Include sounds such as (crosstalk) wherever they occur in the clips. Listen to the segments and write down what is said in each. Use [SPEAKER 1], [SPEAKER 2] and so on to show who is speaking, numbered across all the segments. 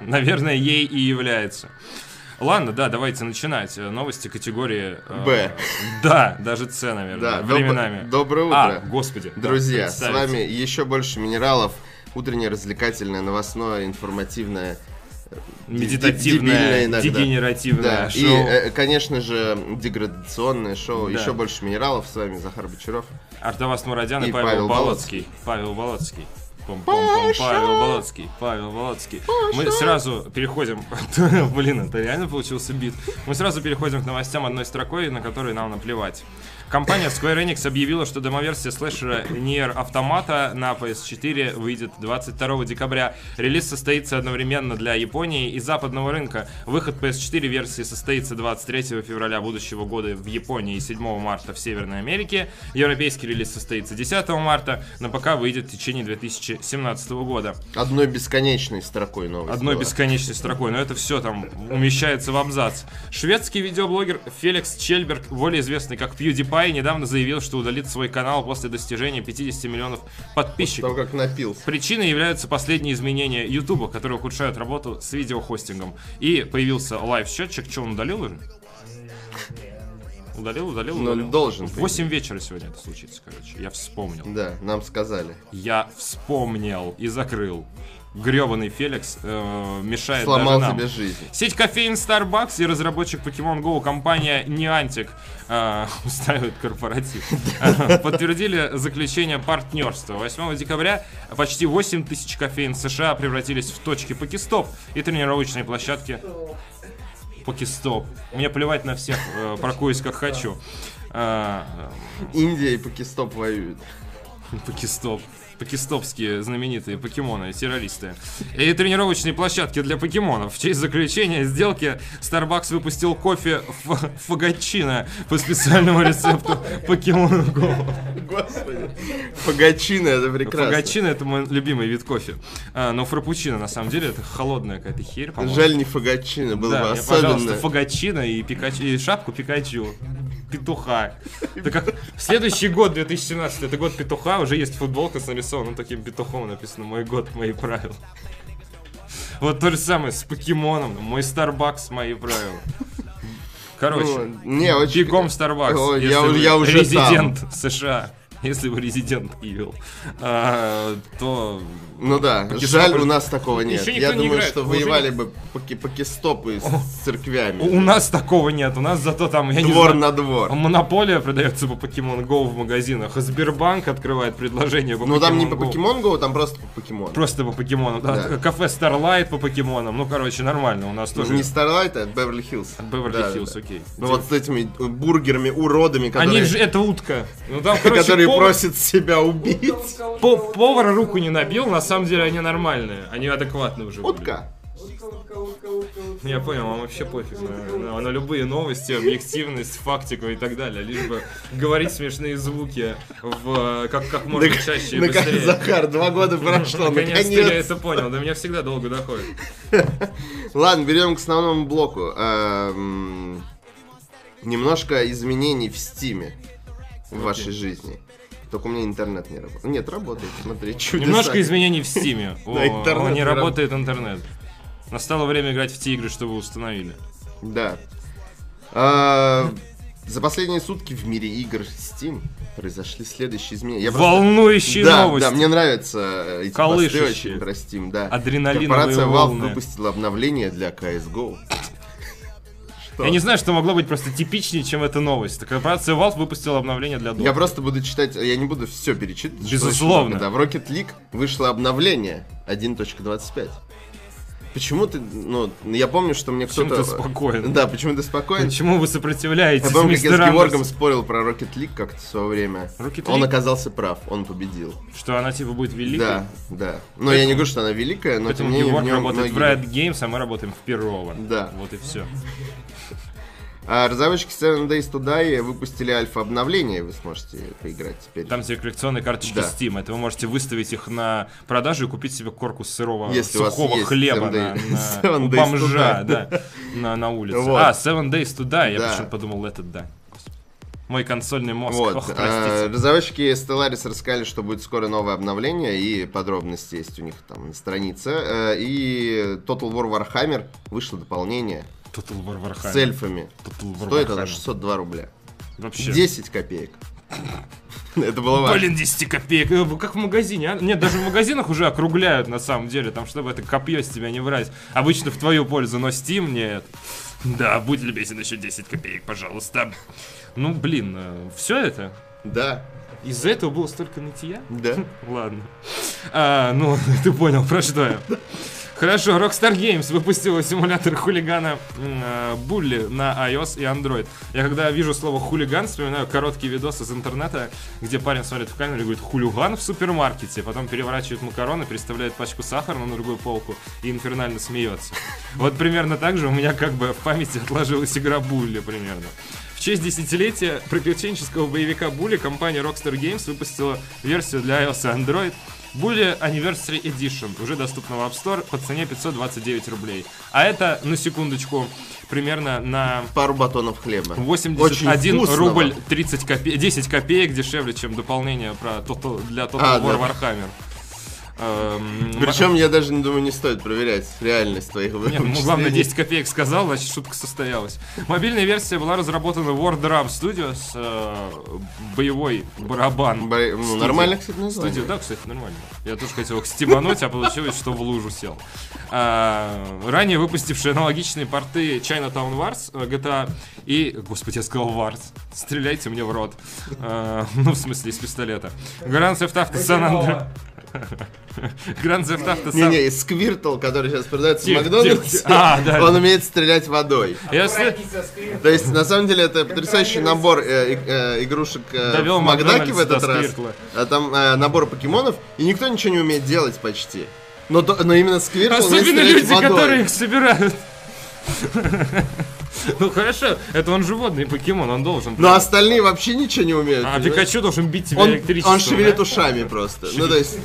[SPEAKER 1] Наверное, ей и является. Ладно, да, давайте начинать. Э, Новости категории... э,
[SPEAKER 2] Б.
[SPEAKER 1] Да, даже С, наверное,
[SPEAKER 2] Да, доб-
[SPEAKER 1] временами.
[SPEAKER 2] доброе
[SPEAKER 1] А,
[SPEAKER 2] утро.
[SPEAKER 1] господи. да,
[SPEAKER 2] Друзья, с
[SPEAKER 1] представиться.
[SPEAKER 2] вами еще больше минералов. Утреннее развлекательное, новостное, информативное, дебильное
[SPEAKER 1] Медитативное,
[SPEAKER 2] иногда.
[SPEAKER 1] дегенеративное
[SPEAKER 2] да. И,
[SPEAKER 1] шоу.
[SPEAKER 2] э, конечно же, деградационное шоу.
[SPEAKER 1] Да.
[SPEAKER 2] Еще больше минералов. С вами Захар Бочаров.
[SPEAKER 1] Артавас Мурадян и,
[SPEAKER 2] и
[SPEAKER 1] Павел
[SPEAKER 2] Павел
[SPEAKER 1] Болоцкий. Павел Болоцкий. Пом-пом-пом, Павел Болоцкий, Павел Болоцкий. Мы сразу переходим... (laughs) Блин, это реально получился бит. Мы сразу переходим к новостям одной строкой, на которые нам наплевать. Компания Square Enix объявила, что демоверсия слэшера Nier Автомата на PS4 выйдет 22 декабря. Релиз состоится одновременно для Японии и западного рынка. Выход PS4 версии состоится 23 февраля будущего года в Японии и 7 марта в Северной Америке. Европейский релиз состоится 10 марта, на ПК выйдет в течение 2017 года.
[SPEAKER 2] Одной бесконечной строкой новости.
[SPEAKER 1] Одной бесконечной строкой, но это все там умещается в абзац. Шведский видеоблогер Феликс Чельберг, более известный как PewDiePie, недавно заявил, что удалит свой канал после достижения 50 миллионов подписчиков.
[SPEAKER 2] Того, как напился.
[SPEAKER 1] Причиной являются последние изменения Ютуба, которые ухудшают работу с видеохостингом. И появился лайв-счетчик. Че, он удалил уже? Удалил, удалил,
[SPEAKER 2] Ну,
[SPEAKER 1] удалил.
[SPEAKER 2] должен
[SPEAKER 1] В 8 вечера сегодня это случится, короче. Я вспомнил.
[SPEAKER 2] Да, нам сказали.
[SPEAKER 1] Я вспомнил и закрыл. Гребаный Феликс э, мешает
[SPEAKER 2] Сломал
[SPEAKER 1] даже нам.
[SPEAKER 2] тебе жизнь.
[SPEAKER 1] Сеть кофеин Starbucks и разработчик Pokemon Go компания Niantic э, (laughs) устраивает корпоратив. Э, Подтвердили заключение партнерства. 8 декабря почти 8 тысяч кофеин США превратились в точки покестоп и тренировочные площадки покестоп. Мне плевать на всех, э, паркуюсь как хочу. Э,
[SPEAKER 2] Индия и Пакистоп воюют.
[SPEAKER 1] э, Покестоп. Покестопские знаменитые покемоны, террористы. И тренировочные площадки для покемонов. В честь заключения сделки Starbucks выпустил кофе ф- фагачина по
[SPEAKER 2] (laughs)
[SPEAKER 1] специальному рецепту покемонов Go.
[SPEAKER 2] Господи. Пагачина, это прекрасно.
[SPEAKER 1] Фагачина это мой любимый вид кофе. А, но фрапучина на самом деле это холодная какая-то херь, по-моему.
[SPEAKER 2] Жаль, не фагачина, было
[SPEAKER 1] да,
[SPEAKER 2] бы
[SPEAKER 1] мне,
[SPEAKER 2] особенно.
[SPEAKER 1] пожалуйста, фагачина и, Пикач- и шапку Пикачу. Петуха. Это как следующий год, 2017, это год петуха, уже есть футболка с нарисованным таким петухом, написано «Мой год, мои правила». Вот то же самое с покемоном, мой Starbucks, мои правила. Короче,
[SPEAKER 2] Ну, не, очень-
[SPEAKER 1] бегом в Starbucks,
[SPEAKER 2] Ой,
[SPEAKER 1] если
[SPEAKER 2] я
[SPEAKER 1] вы
[SPEAKER 2] у- я уже
[SPEAKER 1] резидент США. Если вы резидент Evil, а, то
[SPEAKER 2] Ну да,
[SPEAKER 1] Пакистоп-
[SPEAKER 2] жаль, у нас такого нет.
[SPEAKER 1] Еще никто
[SPEAKER 2] Я
[SPEAKER 1] не
[SPEAKER 2] думаю,
[SPEAKER 1] играет,
[SPEAKER 2] что
[SPEAKER 1] уже
[SPEAKER 2] воевали бы паки- пакистопы с
[SPEAKER 1] у
[SPEAKER 2] церквями.
[SPEAKER 1] нас такого нет. У нас зато там, я не
[SPEAKER 2] Двор
[SPEAKER 1] знаю,
[SPEAKER 2] на двор.
[SPEAKER 1] Монополия продается по Pokemon Go в магазинах, а Сбербанк открывает предложение по
[SPEAKER 2] Ну
[SPEAKER 1] Pokemon
[SPEAKER 2] там не по
[SPEAKER 1] Go.
[SPEAKER 2] Покемон Go, там просто по Покемону.
[SPEAKER 1] Просто по покемонам, да.
[SPEAKER 2] Да.
[SPEAKER 1] Кафе Starlight по покемонам. Ну, короче, нормально. У нас тоже
[SPEAKER 2] Не Старлайт, а Беверли Хиллз.
[SPEAKER 1] Беверли Хиллз, окей.
[SPEAKER 2] Ну вот с этими э, бургерами, уродами,
[SPEAKER 1] Они же,
[SPEAKER 2] которые...
[SPEAKER 1] это утка. Ну
[SPEAKER 2] (laughs)
[SPEAKER 1] там, короче,
[SPEAKER 2] Которые
[SPEAKER 1] повар,
[SPEAKER 2] просят себя убить.
[SPEAKER 1] по- повар руку не набил, на самом деле они нормальные. Они адекватные уже. были.
[SPEAKER 2] Утка.
[SPEAKER 1] Я понял, вам вообще пофиг на, на- на любые новости, объективность, фактику и так далее. Лишь бы говорить смешные звуки в, э, как, как можно
[SPEAKER 2] Нак-
[SPEAKER 1] чаще и
[SPEAKER 2] наконец,
[SPEAKER 1] быстрее.
[SPEAKER 2] Захар, два года прошло,
[SPEAKER 1] Наконец-то я
[SPEAKER 2] наконец.
[SPEAKER 1] это понял, до меня всегда долго доходит.
[SPEAKER 2] Ладно, берем к основному блоку. Эм, Немножко изменений в стиме в вашей жизни. Только у меня интернет не работает. Нет, работает, смотри,
[SPEAKER 1] (laughs)
[SPEAKER 2] чудеса.
[SPEAKER 1] Немножко изменений в
[SPEAKER 2] (laughs)
[SPEAKER 1] стиме.
[SPEAKER 2] Да, интернет
[SPEAKER 1] О, Не
[SPEAKER 2] не
[SPEAKER 1] работает интернет. Настало время играть в те игры, что вы установили.
[SPEAKER 2] Да. А, За последние сутки в мире игр Steam произошли следующие изменения. Я просто-
[SPEAKER 1] Волнующие
[SPEAKER 2] Да,
[SPEAKER 1] новости.
[SPEAKER 2] да, мне нравятся э, эти посты
[SPEAKER 1] Колышущие.
[SPEAKER 2] очень про Steam, да.
[SPEAKER 1] Адреналиновые
[SPEAKER 2] Корпорация Valve
[SPEAKER 1] волны.
[SPEAKER 2] выпустила обновление для CSGO. Что?
[SPEAKER 1] Я не знаю, что могло быть просто типичнее, чем эта новость. Так, Корпорация Valve выпустила обновление для
[SPEAKER 2] Я
[SPEAKER 1] Dota.
[SPEAKER 2] просто буду читать, я не буду все перечитывать. что
[SPEAKER 1] Безусловно.
[SPEAKER 2] очень много, Да, в Rocket League вышло обновление 1.25. Почему ты, ну, я помню, что мне
[SPEAKER 1] Почему
[SPEAKER 2] кто-то...
[SPEAKER 1] ты спокоен?
[SPEAKER 2] Да, почему ты спокоен?
[SPEAKER 1] Почему вы сопротивляетесь,
[SPEAKER 2] Я помню, как я
[SPEAKER 1] мистер
[SPEAKER 2] с Георгом
[SPEAKER 1] Андерс?
[SPEAKER 2] спорил про Rocket League как-то в свое время.
[SPEAKER 1] Rocket
[SPEAKER 2] он
[SPEAKER 1] League?
[SPEAKER 2] оказался прав, он победил.
[SPEAKER 1] Что она типа будет великой?
[SPEAKER 2] Да, да. Но я не говорю, что она великая, но тем
[SPEAKER 1] Поэтому
[SPEAKER 2] не менее в
[SPEAKER 1] Георг
[SPEAKER 2] нем
[SPEAKER 1] работает в
[SPEAKER 2] многие-
[SPEAKER 1] Riot Games, а мы работаем в Перово.
[SPEAKER 2] Да.
[SPEAKER 1] Вот и все.
[SPEAKER 2] А разработчики Seven Days to Die выпустили альфа-обновление, вы сможете поиграть теперь.
[SPEAKER 1] Там все коллекционные карточки
[SPEAKER 2] Да.
[SPEAKER 1] Steam. Это вы можете выставить их на продажу и купить себе корку сырого
[SPEAKER 2] Если у вас
[SPEAKER 1] сухого
[SPEAKER 2] есть
[SPEAKER 1] хлеба
[SPEAKER 2] Seven
[SPEAKER 1] на,
[SPEAKER 2] Day-
[SPEAKER 1] на-
[SPEAKER 2] (laughs) Seven
[SPEAKER 1] у
[SPEAKER 2] Days
[SPEAKER 1] бомжа
[SPEAKER 2] to Die.
[SPEAKER 1] да, на, на улице.
[SPEAKER 2] Вот.
[SPEAKER 1] А, Seven Days to Die. Я
[SPEAKER 2] Да.
[SPEAKER 1] почему-то подумал, это да. Мой консольный мозг.
[SPEAKER 2] Вот.
[SPEAKER 1] Ох,
[SPEAKER 2] э,
[SPEAKER 1] простите.
[SPEAKER 2] разработчики Stellaris рассказали, что будет скоро новое обновление, и подробности есть у них там на странице. Э, и Total War Warhammer вышло дополнение
[SPEAKER 1] Total War Warhammer.
[SPEAKER 2] с эльфами.
[SPEAKER 1] Total War
[SPEAKER 2] Стоит
[SPEAKER 1] Warhammer.
[SPEAKER 2] оно 602 рубля.
[SPEAKER 1] Вообще.
[SPEAKER 2] 10 копеек. (laughs) Это было важно.
[SPEAKER 1] Блин, 10 копеек. Э, Как в магазине, а? Нет, даже в магазинах уже округляют на самом деле, там, чтобы это копье с тебя не брать. Обычно в твою пользу, но Steam нет. Да, будь любезен, еще 10 копеек, пожалуйста. Ну, блин, все это?
[SPEAKER 2] Да,
[SPEAKER 1] Из-за этого было столько нытья?
[SPEAKER 2] да.
[SPEAKER 1] Ладно. А, ну, (laughs) ты понял, про что я. Хорошо, Rockstar Games выпустила симулятор хулигана м, э, Булли на iOS и Android. Я когда вижу слово хулиган, вспоминаю короткие видосы из интернета, где парень смотрит в камеру и говорит «хулиган в супермаркете», потом переворачивает макароны, представляет пачку сахара на другую полку и инфернально смеется. Вот примерно так же у меня как бы в памяти отложилась игра Булли примерно. В честь десятилетия приключенческого боевика Були компания Rockstar Games выпустила версию для iOS и Android Bully Anniversary Edition, уже доступна в App Store по цене 529 рублей. А это, на секундочку, примерно на
[SPEAKER 2] Пару батонов хлеба.
[SPEAKER 1] 81
[SPEAKER 2] вкусного.
[SPEAKER 1] рубль 30 копе... 10 копеек дешевле, чем дополнение про Total- для Total
[SPEAKER 2] А,
[SPEAKER 1] War
[SPEAKER 2] да.
[SPEAKER 1] Warhammer. Эм,
[SPEAKER 2] Причем, я даже не думаю, не стоит проверять реальность твоих
[SPEAKER 1] Нет, ну, главное, 10 копеек сказал, значит, шутка состоялась. Мобильная версия была разработана War Drum Studios, э, боевой барабан.
[SPEAKER 2] Бо- ну,
[SPEAKER 1] студии.
[SPEAKER 2] нормально, кстати, название.
[SPEAKER 1] Студия, да, кстати, нормально. Я тоже хотел их стебануть, а получилось, что в лужу сел. А, ранее выпустившие аналогичные порты Chinatown Wars, э, GTA и... Господи, я сказал Wars. Стреляйте мне в рот. А, ну, в смысле, из пистолета. Grand Theft Auto San Andreas. Grand Theft Auto San
[SPEAKER 2] Не-не, Сквиртл, который сейчас продается в
[SPEAKER 1] Тихо,
[SPEAKER 2] Макдональдсе,
[SPEAKER 1] тихо. А, да.
[SPEAKER 2] он умеет стрелять водой.
[SPEAKER 1] Я слы-
[SPEAKER 2] То есть, на самом деле, это потрясающий набор э, и- э, игрушек э,
[SPEAKER 1] Довел
[SPEAKER 2] в Макдаке
[SPEAKER 1] Макдональдс
[SPEAKER 2] в
[SPEAKER 1] до
[SPEAKER 2] этот раз.
[SPEAKER 1] Сквиртла.
[SPEAKER 2] А там э, набор покемонов, и никто ничего не умеет делать почти. Но, то- но именно Сквиртл умеет
[SPEAKER 1] Особенно
[SPEAKER 2] стрелять
[SPEAKER 1] люди,
[SPEAKER 2] водой.
[SPEAKER 1] которые их собирают. (laughs) Ну хорошо, это он животный покемон, он должен.
[SPEAKER 2] Но остальные вообще ничего не умеют.
[SPEAKER 1] А
[SPEAKER 2] понимаешь?
[SPEAKER 1] Пикачу должен бить тебя
[SPEAKER 2] Ну, а он,
[SPEAKER 1] электричеством.
[SPEAKER 2] он шевелит
[SPEAKER 1] да?
[SPEAKER 2] ушами просто. Ну, то есть,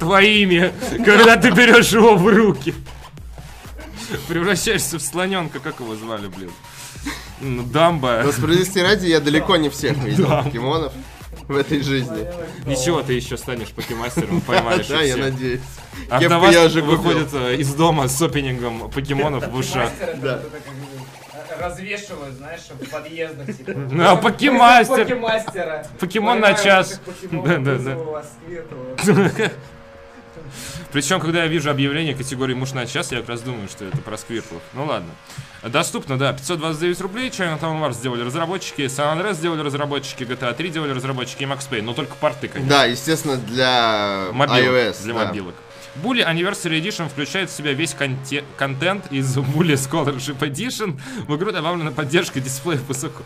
[SPEAKER 1] Твоими, когда ты берешь его в руки. Превращаешься в слоненка, как его звали, блин? Ну, Дамба.
[SPEAKER 2] но справедливости ради, я далеко не всех видел
[SPEAKER 1] Да.
[SPEAKER 2] покемонов в этой жизни.
[SPEAKER 1] Ничего, ты еще станешь покемастером, поймаешь
[SPEAKER 2] Да,
[SPEAKER 1] их
[SPEAKER 2] я
[SPEAKER 1] всех.
[SPEAKER 2] надеюсь.
[SPEAKER 1] Одна
[SPEAKER 2] Кепку
[SPEAKER 1] вас
[SPEAKER 2] я уже купил.
[SPEAKER 1] выходит э, из дома с опенингом покемонов в ушах.
[SPEAKER 3] Мастер это
[SPEAKER 2] Да.
[SPEAKER 3] вот это как развешивают, знаешь, в подъездах типа.
[SPEAKER 1] (laughs) Ну, а покемастер.
[SPEAKER 3] Покемастера.
[SPEAKER 1] Покемон на час. Да, да, да. Причем, когда я вижу объявление категории муж на час, я как раз думаю, что это про сквиртлов. Ну ладно. Доступно, да, 529 рублей. Chinatown Wars сделали разработчики, San Andreas сделали разработчики, GTA 3 делали разработчики и Max Payne. Но только порты, конечно.
[SPEAKER 2] Да, естественно, для
[SPEAKER 1] Мобилок,
[SPEAKER 2] iOS.
[SPEAKER 1] для
[SPEAKER 2] да.
[SPEAKER 1] мобилок. Bully Anniversary Edition включает в себя весь конте- контент из Bully Scholarship Edition. В игру добавлена поддержка дисплея высокого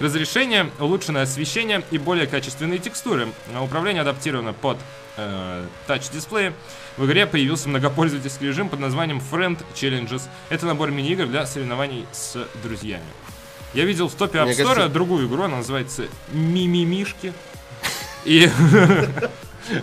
[SPEAKER 1] разрешения, улучшенное освещение и более качественные текстуры. А Управление адаптировано под э, тач-дисплей. В игре появился многопользовательский режим под названием Friend Challenges. Это набор мини-игр для соревнований с друзьями. Я видел в топе App
[SPEAKER 2] Мне
[SPEAKER 1] Store
[SPEAKER 2] кажется-
[SPEAKER 1] другую игру, она называется Мимимишки. И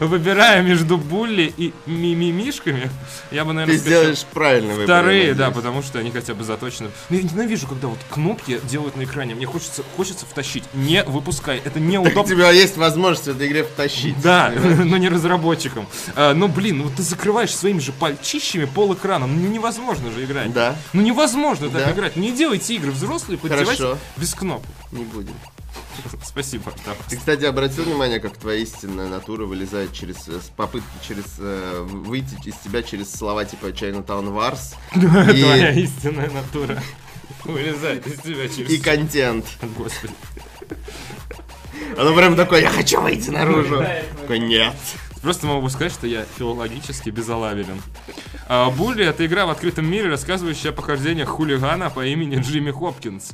[SPEAKER 1] выбирая между Булли и Мимимишками, я бы, наверное,
[SPEAKER 2] Ты сделаешь правильный выбор.
[SPEAKER 1] вторые,
[SPEAKER 2] я
[SPEAKER 1] да,
[SPEAKER 2] надеюсь.
[SPEAKER 1] потому что они хотя бы заточены. Но я ненавижу, когда вот кнопки делают на экране. Мне хочется, хочется втащить. Не выпускай,
[SPEAKER 2] (laughs)
[SPEAKER 1] это
[SPEAKER 2] Так у
[SPEAKER 1] неудобно.
[SPEAKER 2] тебя есть возможность в этой игре втащить.
[SPEAKER 1] Да, (laughs) но не разработчикам. А, но, блин, ну ты закрываешь своими же пальчищами пол экрана. Ну невозможно же играть.
[SPEAKER 2] Да,
[SPEAKER 1] Ну невозможно так
[SPEAKER 2] Да.
[SPEAKER 1] играть. Не делайте игры взрослые под
[SPEAKER 2] Хорошо.
[SPEAKER 1] девайс без кнопок. (laughs)
[SPEAKER 2] не будем.
[SPEAKER 1] Спасибо, Артавас.
[SPEAKER 2] Ты, кстати, обратил внимание, как твоя истинная натура вылезает через э, с попытки через э, выйти из тебя через слова типа Chinatown Wars
[SPEAKER 1] (laughs) Твоя
[SPEAKER 2] и,
[SPEAKER 1] истинная натура (laughs) вылезает из тебя через...
[SPEAKER 2] и контент.
[SPEAKER 1] (laughs) Господи.
[SPEAKER 2] Оно прям такое, я хочу выйти наружу. Такой, нет.
[SPEAKER 1] Просто могу сказать, что я филологически безалабелен. А, Булли — это игра в открытом мире, рассказывающая о похождениях хулигана по имени Джимми Хопкинс.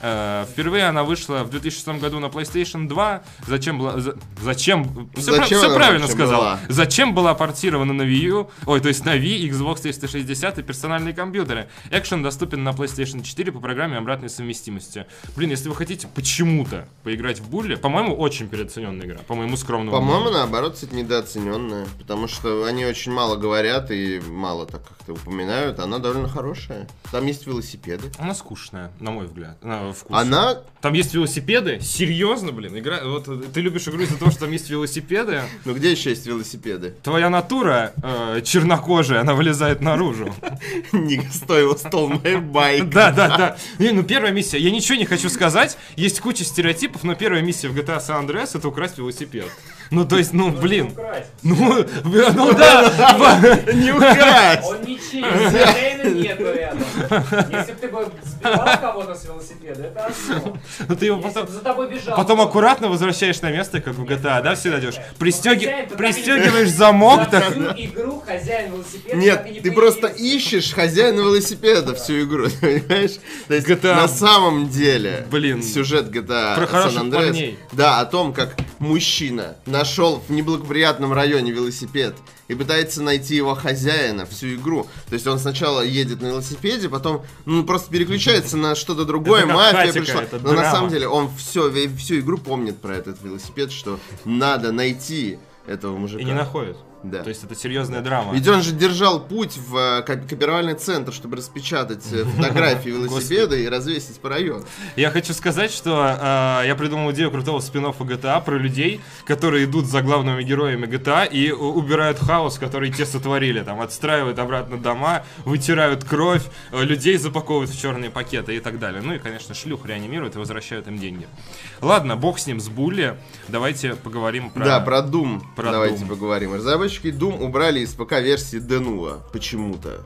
[SPEAKER 1] Э, Впервые она вышла в 2006 году на PlayStation 2. Зачем была... за- Зачем... Все,
[SPEAKER 2] Зачем она
[SPEAKER 1] правильно
[SPEAKER 2] вообще
[SPEAKER 1] сказал.
[SPEAKER 2] была?
[SPEAKER 1] Зачем была портирована на Wii U, ой, то есть на Wii, Xbox 360 и персональные компьютеры. Экшен доступен на PlayStation 4 по программе обратной совместимости. Блин, если вы хотите почему-то поиграть в Булли, по-моему, очень переоцененная игра, по моему скромному
[SPEAKER 2] По-моему,
[SPEAKER 1] мнению.
[SPEAKER 2] наоборот, кстати, недооцененная, потому что они очень мало говорят и мало так как-то упоминают. Она довольно хорошая. Там есть велосипеды.
[SPEAKER 1] Она скучная, на мой взгляд. На, э, вкусно.
[SPEAKER 2] Она
[SPEAKER 1] Там есть велосипеды? Серьезно, блин? Игра... Вот э, ты любишь игру из-за того, что там есть велосипеды?
[SPEAKER 2] Ну где еще есть велосипеды?
[SPEAKER 1] Твоя натура э, чернокожая, она вылезает наружу.
[SPEAKER 2] (laughs) Не стоило стол моей байк.
[SPEAKER 1] Да, да, да. Не, ну первая миссия. Я ничего не хочу сказать. Есть куча стереотипов, но первая миссия в GTA San Andreas это украсть велосипед. Ну, то есть, ну, блин.
[SPEAKER 3] Украсть.
[SPEAKER 1] Ну, бля, ну да.
[SPEAKER 2] Не украсть!
[SPEAKER 3] Он ничей, хозяина нету рядом. Если бы ты бы сбивал кого-то с велосипеда, это одно.
[SPEAKER 1] Ну, ты его
[SPEAKER 3] Если
[SPEAKER 1] потом...
[SPEAKER 3] бы за тобой бежал.
[SPEAKER 1] Потом
[SPEAKER 3] кто-то,
[SPEAKER 1] аккуратно возвращаешь на место, как в GTA, да, всегда идешь? Пристеги...
[SPEAKER 3] Хозяин,
[SPEAKER 1] Пристегиваешь замок,
[SPEAKER 3] За
[SPEAKER 1] так...
[SPEAKER 3] всю игру хозяин велосипеда так и не
[SPEAKER 2] Нет, ты просто
[SPEAKER 3] появился.
[SPEAKER 2] ищешь хозяина велосипеда всю игру, (laughs) понимаешь? То есть
[SPEAKER 1] GTA.
[SPEAKER 2] на самом деле
[SPEAKER 1] А. Блин.
[SPEAKER 2] сюжет GTA
[SPEAKER 1] Про
[SPEAKER 2] San
[SPEAKER 1] хороших
[SPEAKER 2] Andreas,
[SPEAKER 1] парней.
[SPEAKER 2] Да, о том, как мужчина нашел в неблагоприятном районе велосипед и пытается найти его хозяина всю игру. То есть он сначала едет на велосипеде, потом ну, просто переключается на что-то другое,
[SPEAKER 1] Это как
[SPEAKER 2] мафия
[SPEAKER 1] «Хатико»,
[SPEAKER 2] пришла.
[SPEAKER 1] это
[SPEAKER 2] Но на
[SPEAKER 1] драма.
[SPEAKER 2] самом деле он все, всю игру помнит про этот велосипед, что надо найти этого мужика.
[SPEAKER 1] И не находят.
[SPEAKER 2] Да.
[SPEAKER 1] То есть это серьезная драма.
[SPEAKER 2] Ведь он же держал путь в э, ко- копировальный центр, чтобы распечатать
[SPEAKER 1] (laughs)
[SPEAKER 2] э, фотографии велосипеда и развесить по району.
[SPEAKER 1] Я хочу сказать, что э, я придумал идею крутого спин GTA А про людей, которые идут за главными героями GTA и у- убирают хаос, который те сотворили. Там отстраивают обратно дома, вытирают кровь, э, людей запаковывают в черные пакеты и так далее. Ну и, конечно, шлюх реанимируют и возвращают им деньги. Ладно, бог с ним, с Булли. Давайте поговорим про...
[SPEAKER 2] Да, про Doom
[SPEAKER 1] Про
[SPEAKER 2] давайте
[SPEAKER 1] Doom.
[SPEAKER 2] поговорим. Разработчики Doom убрали из ПК-версии Денуа почему-то.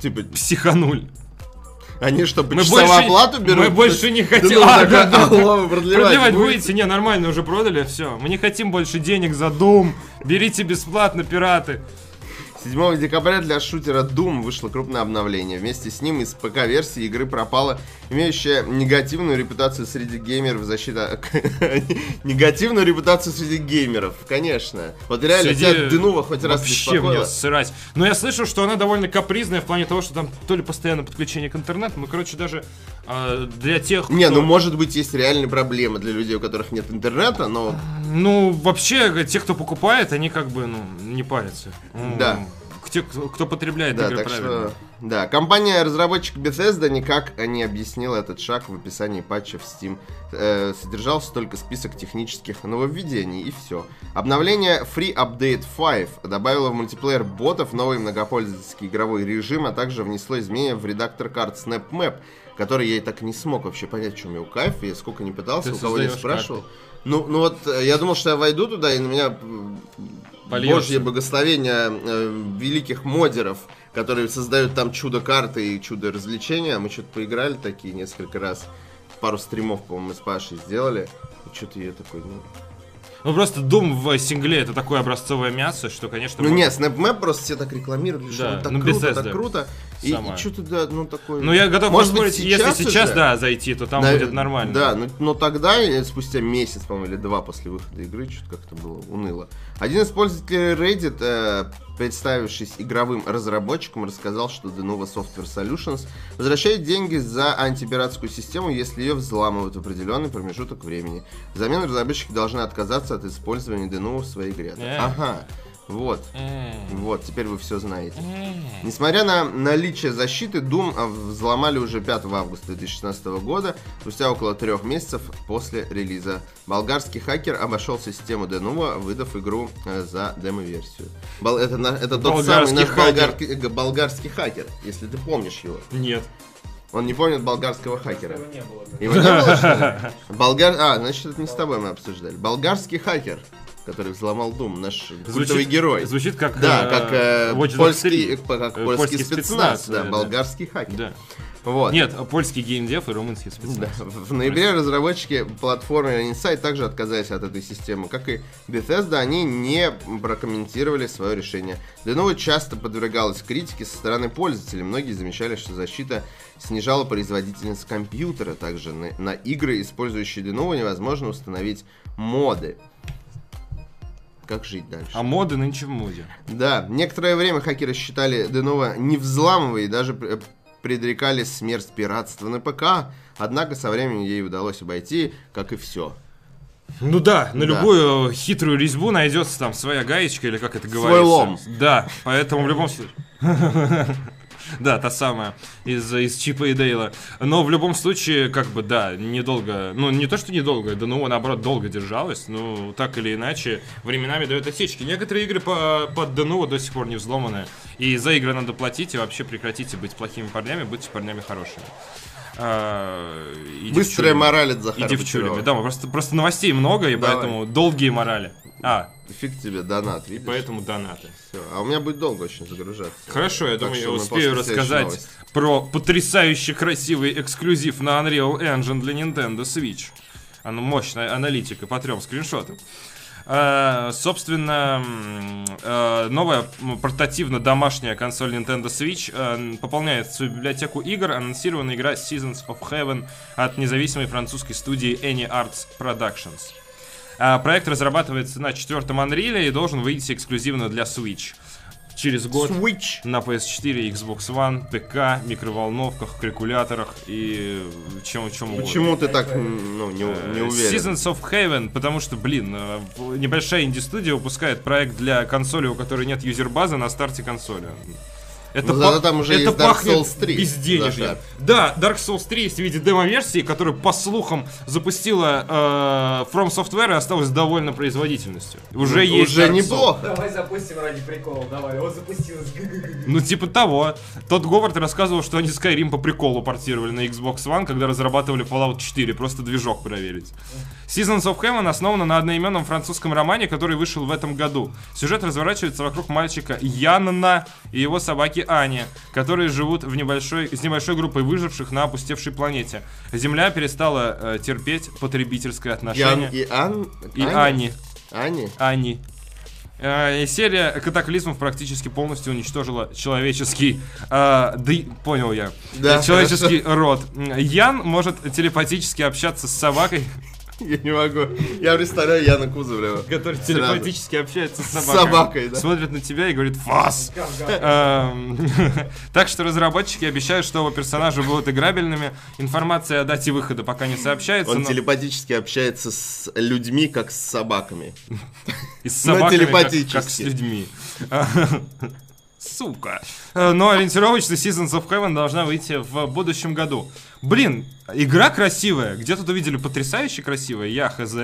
[SPEAKER 2] Типа,
[SPEAKER 1] Психануль.
[SPEAKER 2] они что,
[SPEAKER 1] Мы
[SPEAKER 2] почасовую
[SPEAKER 1] больше-
[SPEAKER 2] оплату берут?
[SPEAKER 1] мы больше не хотим-
[SPEAKER 2] Денуа
[SPEAKER 1] А, (laughs)
[SPEAKER 2] такая,
[SPEAKER 1] да, да.
[SPEAKER 2] «А, ладно, продлевать
[SPEAKER 1] Продлевать
[SPEAKER 2] будет».
[SPEAKER 1] будете? Не, нормально, уже продали, все. Мы не хотим больше денег за Doom. Берите бесплатно, пираты.
[SPEAKER 2] 7 декабря для шутера Doom вышло крупное обновление. Вместе с ним из ПК-версии игры пропала имеющая негативную репутацию среди геймеров защита... (laughs) негативную репутацию среди геймеров, конечно. Вот реально,
[SPEAKER 1] Среди-
[SPEAKER 2] тебя Денува хоть раз
[SPEAKER 1] Вообще
[SPEAKER 2] беспокоила?
[SPEAKER 1] мне срать. Но я слышал, что она довольно капризная в плане того, что там то ли постоянно подключение к интернету, ну, короче, даже э, для тех,
[SPEAKER 2] Не,
[SPEAKER 1] кто-
[SPEAKER 2] ну может быть есть реальные проблемы для людей, у которых нет интернета, но
[SPEAKER 1] Ну, вообще, те, кто покупает, они как бы, ну, не парятся. М,
[SPEAKER 2] Да.
[SPEAKER 1] к Те, кто кто потребляет
[SPEAKER 2] да,
[SPEAKER 1] игры
[SPEAKER 2] так
[SPEAKER 1] правильно.
[SPEAKER 2] что... Да, компания-разработчик Bethesda никак не объяснила этот шаг в описании патча в Steam. Э, содержался только список технических нововведений, и все. Обновление Free Update 5 добавило в мультиплеер ботов новый многопользовательский игровой режим, а также внесло изменения в редактор карт SnapMap, который я и так и не смог вообще понять, в чем его кайф, и сколько не пытался,
[SPEAKER 1] Ты
[SPEAKER 2] у кого не
[SPEAKER 1] создаешь
[SPEAKER 2] спрашивал. Ну, ну вот, э, я думал, что я войду туда, и на меня м,
[SPEAKER 1] Польёшься.
[SPEAKER 2] божье благословение э, великих модеров, которые создают там чудо-карты и чудо-развлечения. Мы что-то поиграли такие несколько раз. Пару стримов, по-моему, мы с Пашей сделали. И что-то я такой... Ну,
[SPEAKER 1] Ну, просто Doom в сингле это такое образцовое мясо, что, конечно...
[SPEAKER 2] ну
[SPEAKER 1] можно-
[SPEAKER 2] не, SnapMap просто все так рекламировали, что
[SPEAKER 1] Да,
[SPEAKER 2] вот так
[SPEAKER 1] ну,
[SPEAKER 2] круто,
[SPEAKER 1] Bethesda
[SPEAKER 2] так круто. И,
[SPEAKER 1] сама.
[SPEAKER 2] что-то, да, ну такое...
[SPEAKER 1] Ну, я готов
[SPEAKER 2] Может быть,
[SPEAKER 1] поспорить, если
[SPEAKER 2] сейчас
[SPEAKER 1] сейчас,
[SPEAKER 2] уже?
[SPEAKER 1] да, зайти, то там
[SPEAKER 2] Нав-
[SPEAKER 1] будет нормально.
[SPEAKER 2] Да, но, но тогда, э, спустя месяц, по-моему, или два после выхода игры, что-то как-то было уныло. Один из пользователей Reddit, э, представившись игровым разработчиком, рассказал, что Denova Software Solutions возвращает деньги за антипиратскую систему, если ее взламывают в определенный промежуток времени. Взамен разработчики должны отказаться от использования Denova в своей игре.
[SPEAKER 1] Э.
[SPEAKER 2] Ага, вот.
[SPEAKER 1] М,
[SPEAKER 2] Вот, теперь вы все знаете.
[SPEAKER 1] м.
[SPEAKER 2] Несмотря на наличие защиты, Doom а, взломали уже 5 августа 2016 года, спустя около трех месяцев после релиза. Болгарский хакер обошел систему Denuvo, выдав игру э, за демо-версию. Бол- это, на- это тот самый
[SPEAKER 1] Болгарский
[SPEAKER 2] наш
[SPEAKER 1] хакер.
[SPEAKER 2] болгарки- э, болгарский хакер, если ты помнишь его.
[SPEAKER 1] Нет.
[SPEAKER 2] Он не помнит болгарского хакера.
[SPEAKER 3] Этого не было.
[SPEAKER 2] Его не было, что
[SPEAKER 1] (laughs)
[SPEAKER 2] ли? Болгар... А, значит, это не с тобой мы обсуждали. Болгарский хакер, который взломал Doom, наш культовый герой.
[SPEAKER 1] Звучит как...
[SPEAKER 2] Да,
[SPEAKER 1] э,
[SPEAKER 2] как, э,
[SPEAKER 1] Watch Dogs
[SPEAKER 2] польский,
[SPEAKER 1] 3.
[SPEAKER 2] э, как
[SPEAKER 1] Э,
[SPEAKER 2] польский
[SPEAKER 1] польский
[SPEAKER 2] спецназ,
[SPEAKER 1] спецназ,
[SPEAKER 2] да,
[SPEAKER 1] э, да.
[SPEAKER 2] болгарский хакер.
[SPEAKER 1] Да.
[SPEAKER 2] Вот.
[SPEAKER 1] Нет, а польский геймдев и румынский спецназ.
[SPEAKER 2] (laughs) Да. В ноябре разработчики платформы Insight также отказались от этой системы. Как и Bethesda, они не прокомментировали свое решение. Lenovo часто подвергалась критике со стороны пользователей. Многие замечали, что защита снижала производительность компьютера. Также на, на игры, использующие Lenovo, невозможно установить моды. Как жить дальше?
[SPEAKER 1] А моды нынче в моде.
[SPEAKER 2] Да, некоторое время хакеры считали Денова не взламывая и даже пр- э, предрекали смерть пиратства на ПК, однако со временем ей удалось обойти, как и все.
[SPEAKER 1] Ну да, на
[SPEAKER 2] Да.
[SPEAKER 1] любую хитрую резьбу найдется там своя гаечка или как это
[SPEAKER 2] Свой
[SPEAKER 1] говорится.
[SPEAKER 2] лом.
[SPEAKER 1] Да, поэтому в любом случае. (laughs) Да, та самая из, из Чипа и Дейла. Но в любом случае, как бы, да, недолго, ну не то, что недолго, да ну, наоборот, долго держалась, ну так или иначе, временами дает отсечки. Некоторые игры по, под ДНО до сих пор не взломаны, и за игры надо платить, и вообще прекратите быть плохими парнями, будьте парнями хорошими. А, и
[SPEAKER 2] Быстрая
[SPEAKER 1] девчулями.
[SPEAKER 2] мораль от Захара
[SPEAKER 1] И девчулями,
[SPEAKER 2] Бочарова.
[SPEAKER 1] да, просто, просто новостей много, и
[SPEAKER 2] Давай.
[SPEAKER 1] поэтому долгие морали. А,
[SPEAKER 2] Фиг тебе, донат, видишь?
[SPEAKER 1] поэтому донаты.
[SPEAKER 2] Всё. А у меня будет долго очень загружаться.
[SPEAKER 1] Хорошо, я
[SPEAKER 2] Так
[SPEAKER 1] думаю, я
[SPEAKER 2] что мы
[SPEAKER 1] успею
[SPEAKER 2] после следующей
[SPEAKER 1] рассказать
[SPEAKER 2] новости.
[SPEAKER 1] про потрясающе красивый эксклюзив на Unreal Engine для Nintendo Switch. Она мощная аналитика по трем скриншотам. А, собственно, м, э, новая м, портативно-домашняя консоль Nintendo Switch э, н- пополняет свою библиотеку игр. Анонсирована игра Seasons of Heaven от независимой французской студии Any Arts Productions. А, проект разрабатывается на четвертом Unreal и должен выйти эксклюзивно для Switch. Через год
[SPEAKER 2] Switch.
[SPEAKER 1] на PS4, Xbox One, ПК, микроволновках, калькуляторах и чем, чем угодно.
[SPEAKER 2] Почему ты так м, ну, не,
[SPEAKER 1] Э,
[SPEAKER 2] не уверен?
[SPEAKER 1] Seasons of Heaven, потому что, блин, э, в- небольшая инди-студия выпускает проект для консоли, у которой нет юзербазы на старте консоли. Это,
[SPEAKER 2] Ну,
[SPEAKER 1] пах-
[SPEAKER 2] зато там уже
[SPEAKER 1] это
[SPEAKER 2] есть Dark
[SPEAKER 1] пахнет
[SPEAKER 2] Souls 3,
[SPEAKER 1] безденежьем.
[SPEAKER 2] Захар.
[SPEAKER 1] Да, Dark Souls 3 есть в виде демо-версии, которую, по слухам, запустила э, From Software и осталась довольна производительностью. Уже есть
[SPEAKER 2] Ну, Уже
[SPEAKER 1] Dark Souls.
[SPEAKER 2] неплохо.
[SPEAKER 3] Давай запустим ради прикола, давай. Вот запустилось. Г-г-г-г.
[SPEAKER 1] Ну, типа того. Тот Говард рассказывал, что они Skyrim по приколу портировали на Xbox One, когда разрабатывали Fallout 4, просто движок проверить. Seasons of Heaven основана на одноименном французском романе, который вышел в этом году. Сюжет разворачивается вокруг мальчика Янна и его собаки Ани, которые живут в небольшой, с небольшой группой выживших на опустевшей планете. Земля перестала э, терпеть потребительское
[SPEAKER 2] Ян
[SPEAKER 1] отношение.
[SPEAKER 2] и Ан...
[SPEAKER 1] И Ани.
[SPEAKER 2] Ани? (laughs)
[SPEAKER 1] Ани. Э, и Серия катаклизмов практически полностью уничтожила человеческий... э, ды- понял я.
[SPEAKER 2] Да,
[SPEAKER 1] человеческий род. М, Ян может телепатически общаться с собакой, (laughs)
[SPEAKER 2] Я не могу. Я представляю Яна Кузовлева.
[SPEAKER 1] который
[SPEAKER 2] Сразу.
[SPEAKER 1] телепатически общается с
[SPEAKER 2] С
[SPEAKER 1] собакой.
[SPEAKER 2] собакой, да.
[SPEAKER 1] Смотрит на тебя и говорит «Фас!»
[SPEAKER 3] Га-га.
[SPEAKER 1] Эм, (laughs) Так что разработчики обещают, что оба персонажа будут играбельными. Информация о дате выхода пока не сообщается.
[SPEAKER 2] Он
[SPEAKER 1] но-
[SPEAKER 2] телепатически общается с людьми, как с собаками.
[SPEAKER 1] И с
[SPEAKER 2] Но
[SPEAKER 1] собаками, как,
[SPEAKER 2] телепатически.
[SPEAKER 1] как с людьми. Сука. Э, Но ориентировочно Seasons of Heaven должна выйти в будущем году. Блин, игра красивая. Где тут увидели потрясающе красивая? Я хз.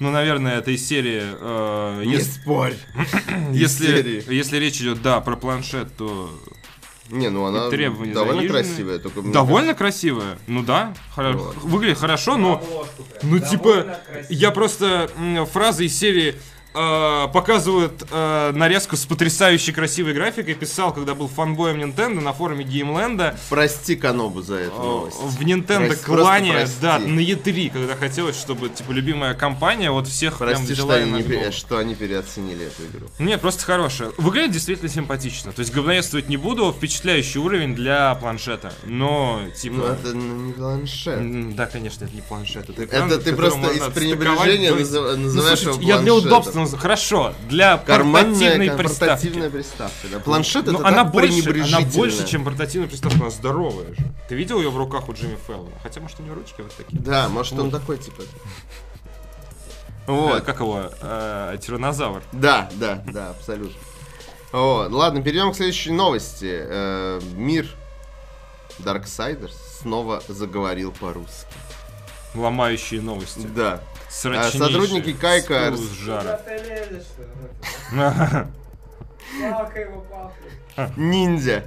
[SPEAKER 1] Ну, наверное, это из серии... э,
[SPEAKER 2] Не
[SPEAKER 1] ес-
[SPEAKER 2] спорь.
[SPEAKER 1] если,
[SPEAKER 2] серии.
[SPEAKER 1] если речь идет, да, про планшет, то...
[SPEAKER 2] Не, ну она
[SPEAKER 1] И требования
[SPEAKER 2] довольно
[SPEAKER 1] занижены.
[SPEAKER 2] красивая. Только мне
[SPEAKER 1] Довольно красивая. Ну да, хоро-
[SPEAKER 2] Ну Вот.
[SPEAKER 1] выглядит хорошо, но...
[SPEAKER 3] Обложку прям.
[SPEAKER 1] Ну,
[SPEAKER 3] Довольно
[SPEAKER 1] типа,
[SPEAKER 3] красиво.
[SPEAKER 1] я просто м, фразы из серии э, показывают э, нарезку с потрясающе красивой графикой. Писал, когда был фанбоем Nintendo на форуме Геймленда.
[SPEAKER 2] Прости Канобу за эту
[SPEAKER 1] э,
[SPEAKER 2] новость.
[SPEAKER 1] В Nintendo
[SPEAKER 2] Прости,
[SPEAKER 1] клане,
[SPEAKER 2] просто прости.
[SPEAKER 1] да, на E3, когда хотелось, чтобы, типа, любимая компания вот всех прям
[SPEAKER 2] Прости, что
[SPEAKER 1] взяла и
[SPEAKER 2] они, не
[SPEAKER 1] нагнула.
[SPEAKER 2] пере- что они переоценили эту игру.
[SPEAKER 1] Нет, просто хорошая. Выглядит действительно симпатично. То есть говноедствовать не буду, впечатляющий уровень для планшета. Но, типа...
[SPEAKER 2] Ну, это ну, не планшет.
[SPEAKER 1] М, Да, конечно, это не планшет. Это, экран,
[SPEAKER 2] Это ты
[SPEAKER 1] к которому
[SPEAKER 2] просто
[SPEAKER 1] можно
[SPEAKER 2] из
[SPEAKER 1] отстыковать
[SPEAKER 2] пренебрежения
[SPEAKER 1] джойстик.
[SPEAKER 2] назыв-
[SPEAKER 1] Ну,
[SPEAKER 2] называешь его
[SPEAKER 1] слушайте, я для
[SPEAKER 2] планшетом.
[SPEAKER 1] удобства называю. Хорошо, для портативной
[SPEAKER 2] Карманная
[SPEAKER 1] приставки.
[SPEAKER 2] портативная приставка. Да. Планшет
[SPEAKER 1] Ну,
[SPEAKER 2] это
[SPEAKER 1] она
[SPEAKER 2] так
[SPEAKER 1] больше, она
[SPEAKER 2] пренебрежительно.
[SPEAKER 1] больше, чем портативная приставка, она здоровая же. Ты видел ее в руках у Джимми Фэллона? Хотя, может, у него ручки вот такие.
[SPEAKER 2] Да, может он
[SPEAKER 1] Вот.
[SPEAKER 2] такой типа.
[SPEAKER 1] Э,
[SPEAKER 2] Вот.
[SPEAKER 1] Как его? Э, Тиранозавр.
[SPEAKER 2] Да, да, да, абсолютно. Вот. Ладно, перейдем к следующей новости. Э, Мир Darksiders снова заговорил по-русски.
[SPEAKER 1] Ломающие новости.
[SPEAKER 2] Да.
[SPEAKER 1] Срочнейшие.
[SPEAKER 2] А сотрудники Кайка-
[SPEAKER 1] С пылу, с
[SPEAKER 3] Куда
[SPEAKER 1] жара.
[SPEAKER 3] ты лезешь? Папа его, папа.
[SPEAKER 2] Ниндзя.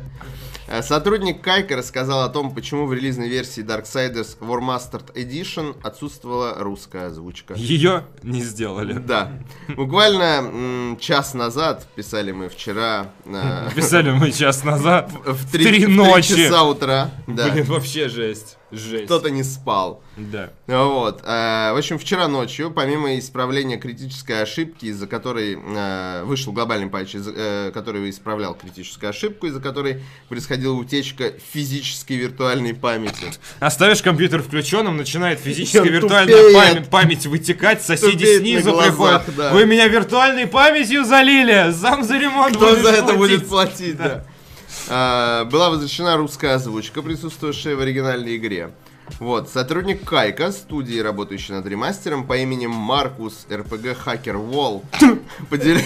[SPEAKER 2] Э, Сотрудник Кайка рассказал о том, почему в релизной версии Darksiders War Mastered Edition отсутствовала русская озвучка.
[SPEAKER 1] Ее не сделали.
[SPEAKER 2] Да. Буквально м, час назад, писали мы вчера,
[SPEAKER 1] (laughs)
[SPEAKER 2] э,
[SPEAKER 1] Писали мы час назад.
[SPEAKER 2] в
[SPEAKER 1] три
[SPEAKER 2] три в три
[SPEAKER 1] ночи.
[SPEAKER 2] часа утра, да,
[SPEAKER 1] Блин, вообще жесть. Жесть.
[SPEAKER 2] кто-то не спал.
[SPEAKER 1] Да.
[SPEAKER 2] Вот. э, В общем, вчера ночью, помимо исправления критической ошибки, из-за которой э, вышел глобальный патч, из- э, который исправлял критическую ошибку, из-за которой происходила утечка физической виртуальной (laughs) памяти.
[SPEAKER 1] Оставишь А компьютер включенным, начинает физическая
[SPEAKER 2] И он
[SPEAKER 1] виртуальная
[SPEAKER 2] тупеет.
[SPEAKER 1] память, память вытекать, соседи
[SPEAKER 2] Тупеет на
[SPEAKER 1] снизу
[SPEAKER 2] глазах,
[SPEAKER 1] приходят.
[SPEAKER 2] да.
[SPEAKER 1] Вы меня виртуальной памятью залили! Сам за ремонт
[SPEAKER 2] Кто
[SPEAKER 1] будешь
[SPEAKER 2] за это
[SPEAKER 1] платить!»
[SPEAKER 2] будет платить, да. А, Была возвращена русская озвучка, присутствующая в оригинальной игре. Вот, сотрудник Кайка, студии, работающей над ремастером, по имени (laughs) Маркус РПГ Хакер Волл, поделился...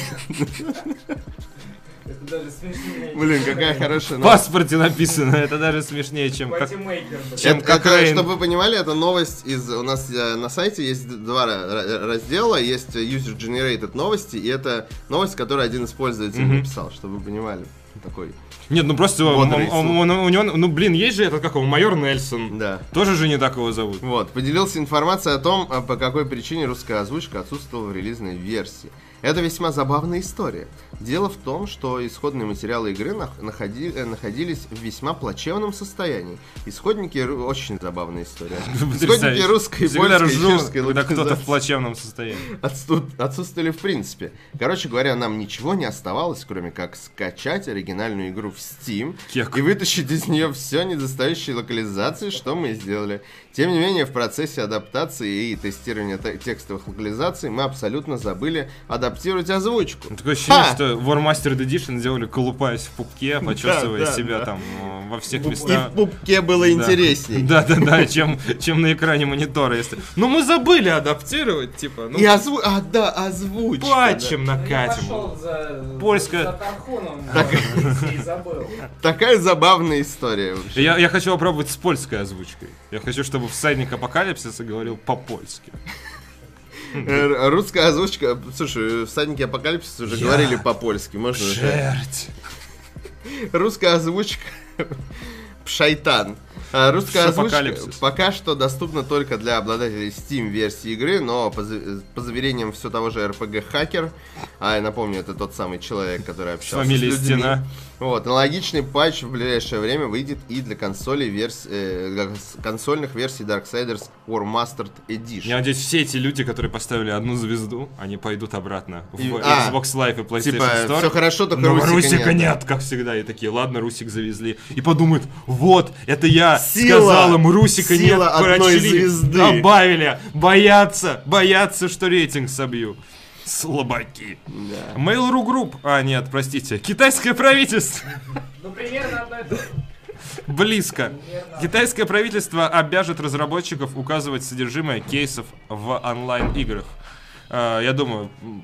[SPEAKER 3] Это даже смешнее.
[SPEAKER 2] Блин, какая хорошая
[SPEAKER 1] В
[SPEAKER 2] новость.
[SPEAKER 1] паспорте написано, это даже смешнее, чем как...
[SPEAKER 3] Патимейкер,
[SPEAKER 1] Чем
[SPEAKER 2] Это-
[SPEAKER 1] как
[SPEAKER 2] это,
[SPEAKER 1] Рейн.
[SPEAKER 2] чтобы вы понимали, это новость из... У нас э, на сайте есть два ра- ра- раздела. Есть э, user-generated новости, и это новость, которую один из пользователей
[SPEAKER 1] Мгм.
[SPEAKER 2] написал, чтобы вы понимали. Такой,
[SPEAKER 1] Нет, ну просто он-
[SPEAKER 2] Бодрый
[SPEAKER 1] он- он- у него, ну блин, есть же этот, как его, майор Нельсон.
[SPEAKER 2] да.
[SPEAKER 1] Тоже же не так его зовут. (laughs)
[SPEAKER 2] Вот, поделился информацией о том, а, по какой причине русская озвучка отсутствовала в релизной версии. Это весьма забавная история. Дело в том, что исходные материалы игры нах- находи- э, находились в весьма плачевном состоянии. Исходники ру- очень забавная история. Исходники
[SPEAKER 1] (laughs) Потрясающе.
[SPEAKER 2] русской и
[SPEAKER 1] Всегда
[SPEAKER 2] польской и
[SPEAKER 1] ржу,
[SPEAKER 2] чешской
[SPEAKER 1] когда кто-то в
[SPEAKER 2] локализации
[SPEAKER 1] плачевном состоянии.
[SPEAKER 2] отсту- отсутствовали в принципе. Короче говоря, нам ничего не оставалось, кроме как скачать оригинальную игру в Steam
[SPEAKER 1] Кек.
[SPEAKER 2] и вытащить из нее все недостающие локализации, что мы и сделали. Тем не менее, в процессе адаптации и тестирования те- текстовых локализаций мы абсолютно забыли адаптировать озвучку.
[SPEAKER 1] Ну, Такое ощущение,
[SPEAKER 2] Ха!
[SPEAKER 1] что War Mastered Edition делали, колупаясь в пупке, почувствуя
[SPEAKER 2] да,
[SPEAKER 1] себя
[SPEAKER 2] да.
[SPEAKER 1] там э, во всех
[SPEAKER 2] И в
[SPEAKER 1] местах.
[SPEAKER 2] пупке было интересней.
[SPEAKER 1] Да, да, да, чем, чем на экране монитора, если. Ну мы забыли адаптировать, типа, ну
[SPEAKER 2] И озву... А, да, озвучка. да.
[SPEAKER 1] плачем
[SPEAKER 3] Ну, Я
[SPEAKER 1] накатим.
[SPEAKER 3] пошел за...
[SPEAKER 1] Польская-
[SPEAKER 3] За Тархуном. э, И забыл.
[SPEAKER 2] Такая забавная история. вообще.
[SPEAKER 1] Я, я хочу попробовать с польской озвучкой. Я хочу, чтобы всадник апокалипсиса говорил по-польски.
[SPEAKER 2] Э, Русская озвучка. Слушай, всадники апокалипсиса уже
[SPEAKER 1] Я
[SPEAKER 2] говорили по-польски. Можно уже-
[SPEAKER 1] Жерть.
[SPEAKER 2] Русская озвучка. (laughs) Шайтан. А, Русская озвучка
[SPEAKER 1] Шапокалипсис.
[SPEAKER 2] пока что доступна только для обладателей Steam версии игры, но по, за- по заверениям все того же RPG Hacker, а я напомню, это тот самый человек, который общался
[SPEAKER 1] Фамилия
[SPEAKER 2] с людьми.
[SPEAKER 1] Стена.
[SPEAKER 2] Вот, аналогичный патч в ближайшее время выйдет и для консолей верс... э, для кос- консольных версий Darksiders War Mastered Edition.
[SPEAKER 1] Я надеюсь, все эти люди, которые поставили одну звезду, они пойдут обратно в
[SPEAKER 2] И- а,
[SPEAKER 1] Xbox Live и PlayStation
[SPEAKER 2] Типа,
[SPEAKER 1] Store.
[SPEAKER 2] все хорошо, только
[SPEAKER 1] Но
[SPEAKER 2] Русика, нет.
[SPEAKER 1] Ну, как всегда. И такие, ладно, Русик завезли. И подумают, вот, это я
[SPEAKER 2] Сила-
[SPEAKER 1] сказал им, Русика
[SPEAKER 2] сила
[SPEAKER 1] нет,
[SPEAKER 2] одной
[SPEAKER 1] прочли,
[SPEAKER 2] звезды.
[SPEAKER 1] добавили. Боятся, боятся, что рейтинг собью. Слабаки.
[SPEAKER 2] Да.
[SPEAKER 1] Mail.ru Group, а нет, простите, китайское правительство.
[SPEAKER 3] Ну, примерно одно и то же.
[SPEAKER 1] Близко.
[SPEAKER 3] Примерно.
[SPEAKER 1] Китайское правительство обяжет разработчиков указывать содержимое кейсов в онлайн-играх. Э, Я думаю, м,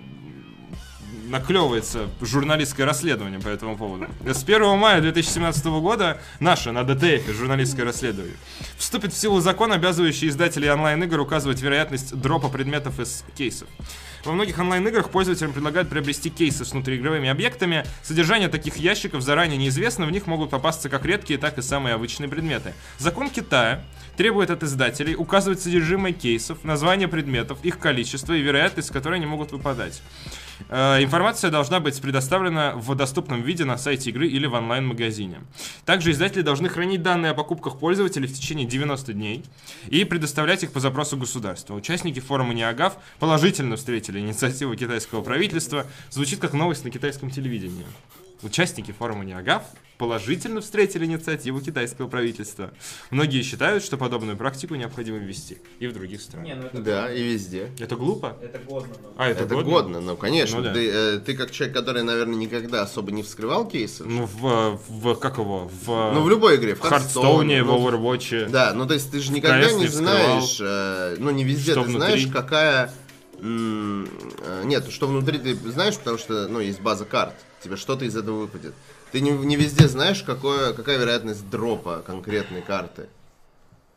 [SPEAKER 1] наклевывается журналистское расследование по этому поводу. С 1 мая 2017 года наше на ДТФ журналистское расследование вступит в силу закон, обязывающий издателей онлайн-игр указывать вероятность дропа предметов из кейсов. Во многих онлайн-играх пользователям предлагают приобрести кейсы с внутриигровыми объектами. Содержание таких ящиков заранее неизвестно, в них могут попасться как редкие, так и самые обычные предметы. Закон Китая требует от издателей указывать содержимое кейсов, название предметов, их количество и вероятность, с которой они могут выпадать. Э, Информация должна быть предоставлена в доступном виде на сайте игры или в онлайн-магазине. Также издатели должны хранить данные о покупках пользователей в течение 90 дней и предоставлять их по запросу государства. Участники форума Неагав положительно встретили инициативу китайского правительства. Звучит как новость на китайском телевидении. Участники форума Неагав положительно встретили инициативу китайского правительства. Многие считают, что подобную практику необходимо ввести и в других
[SPEAKER 3] Не,
[SPEAKER 1] странах.
[SPEAKER 3] ну это...
[SPEAKER 2] Да, и везде.
[SPEAKER 1] Это глупо?
[SPEAKER 3] Это годно. но-
[SPEAKER 1] А, это,
[SPEAKER 2] Это, годно? ну конечно.
[SPEAKER 1] Ну да.
[SPEAKER 2] ты, э, ты как человек, который, наверное, никогда особо не вскрывал кейсы.
[SPEAKER 1] Ну, в, в- как его? В,
[SPEAKER 2] Ну, в любой игре, в
[SPEAKER 1] в Хардстоуне, в
[SPEAKER 2] ну,
[SPEAKER 1] Overwatch.
[SPEAKER 2] Да, ну то есть ты же никогда
[SPEAKER 1] CS не
[SPEAKER 2] не
[SPEAKER 1] вскрывал.
[SPEAKER 2] знаешь, э, ну не везде
[SPEAKER 1] Что
[SPEAKER 2] ты
[SPEAKER 1] внутри.
[SPEAKER 2] знаешь, какая... м, э, Нет, что внутри ты знаешь, потому что, ну, есть база карт, тебе что-то из этого выпадет. Ты не, не везде знаешь, какое, какая вероятность дропа конкретной карты.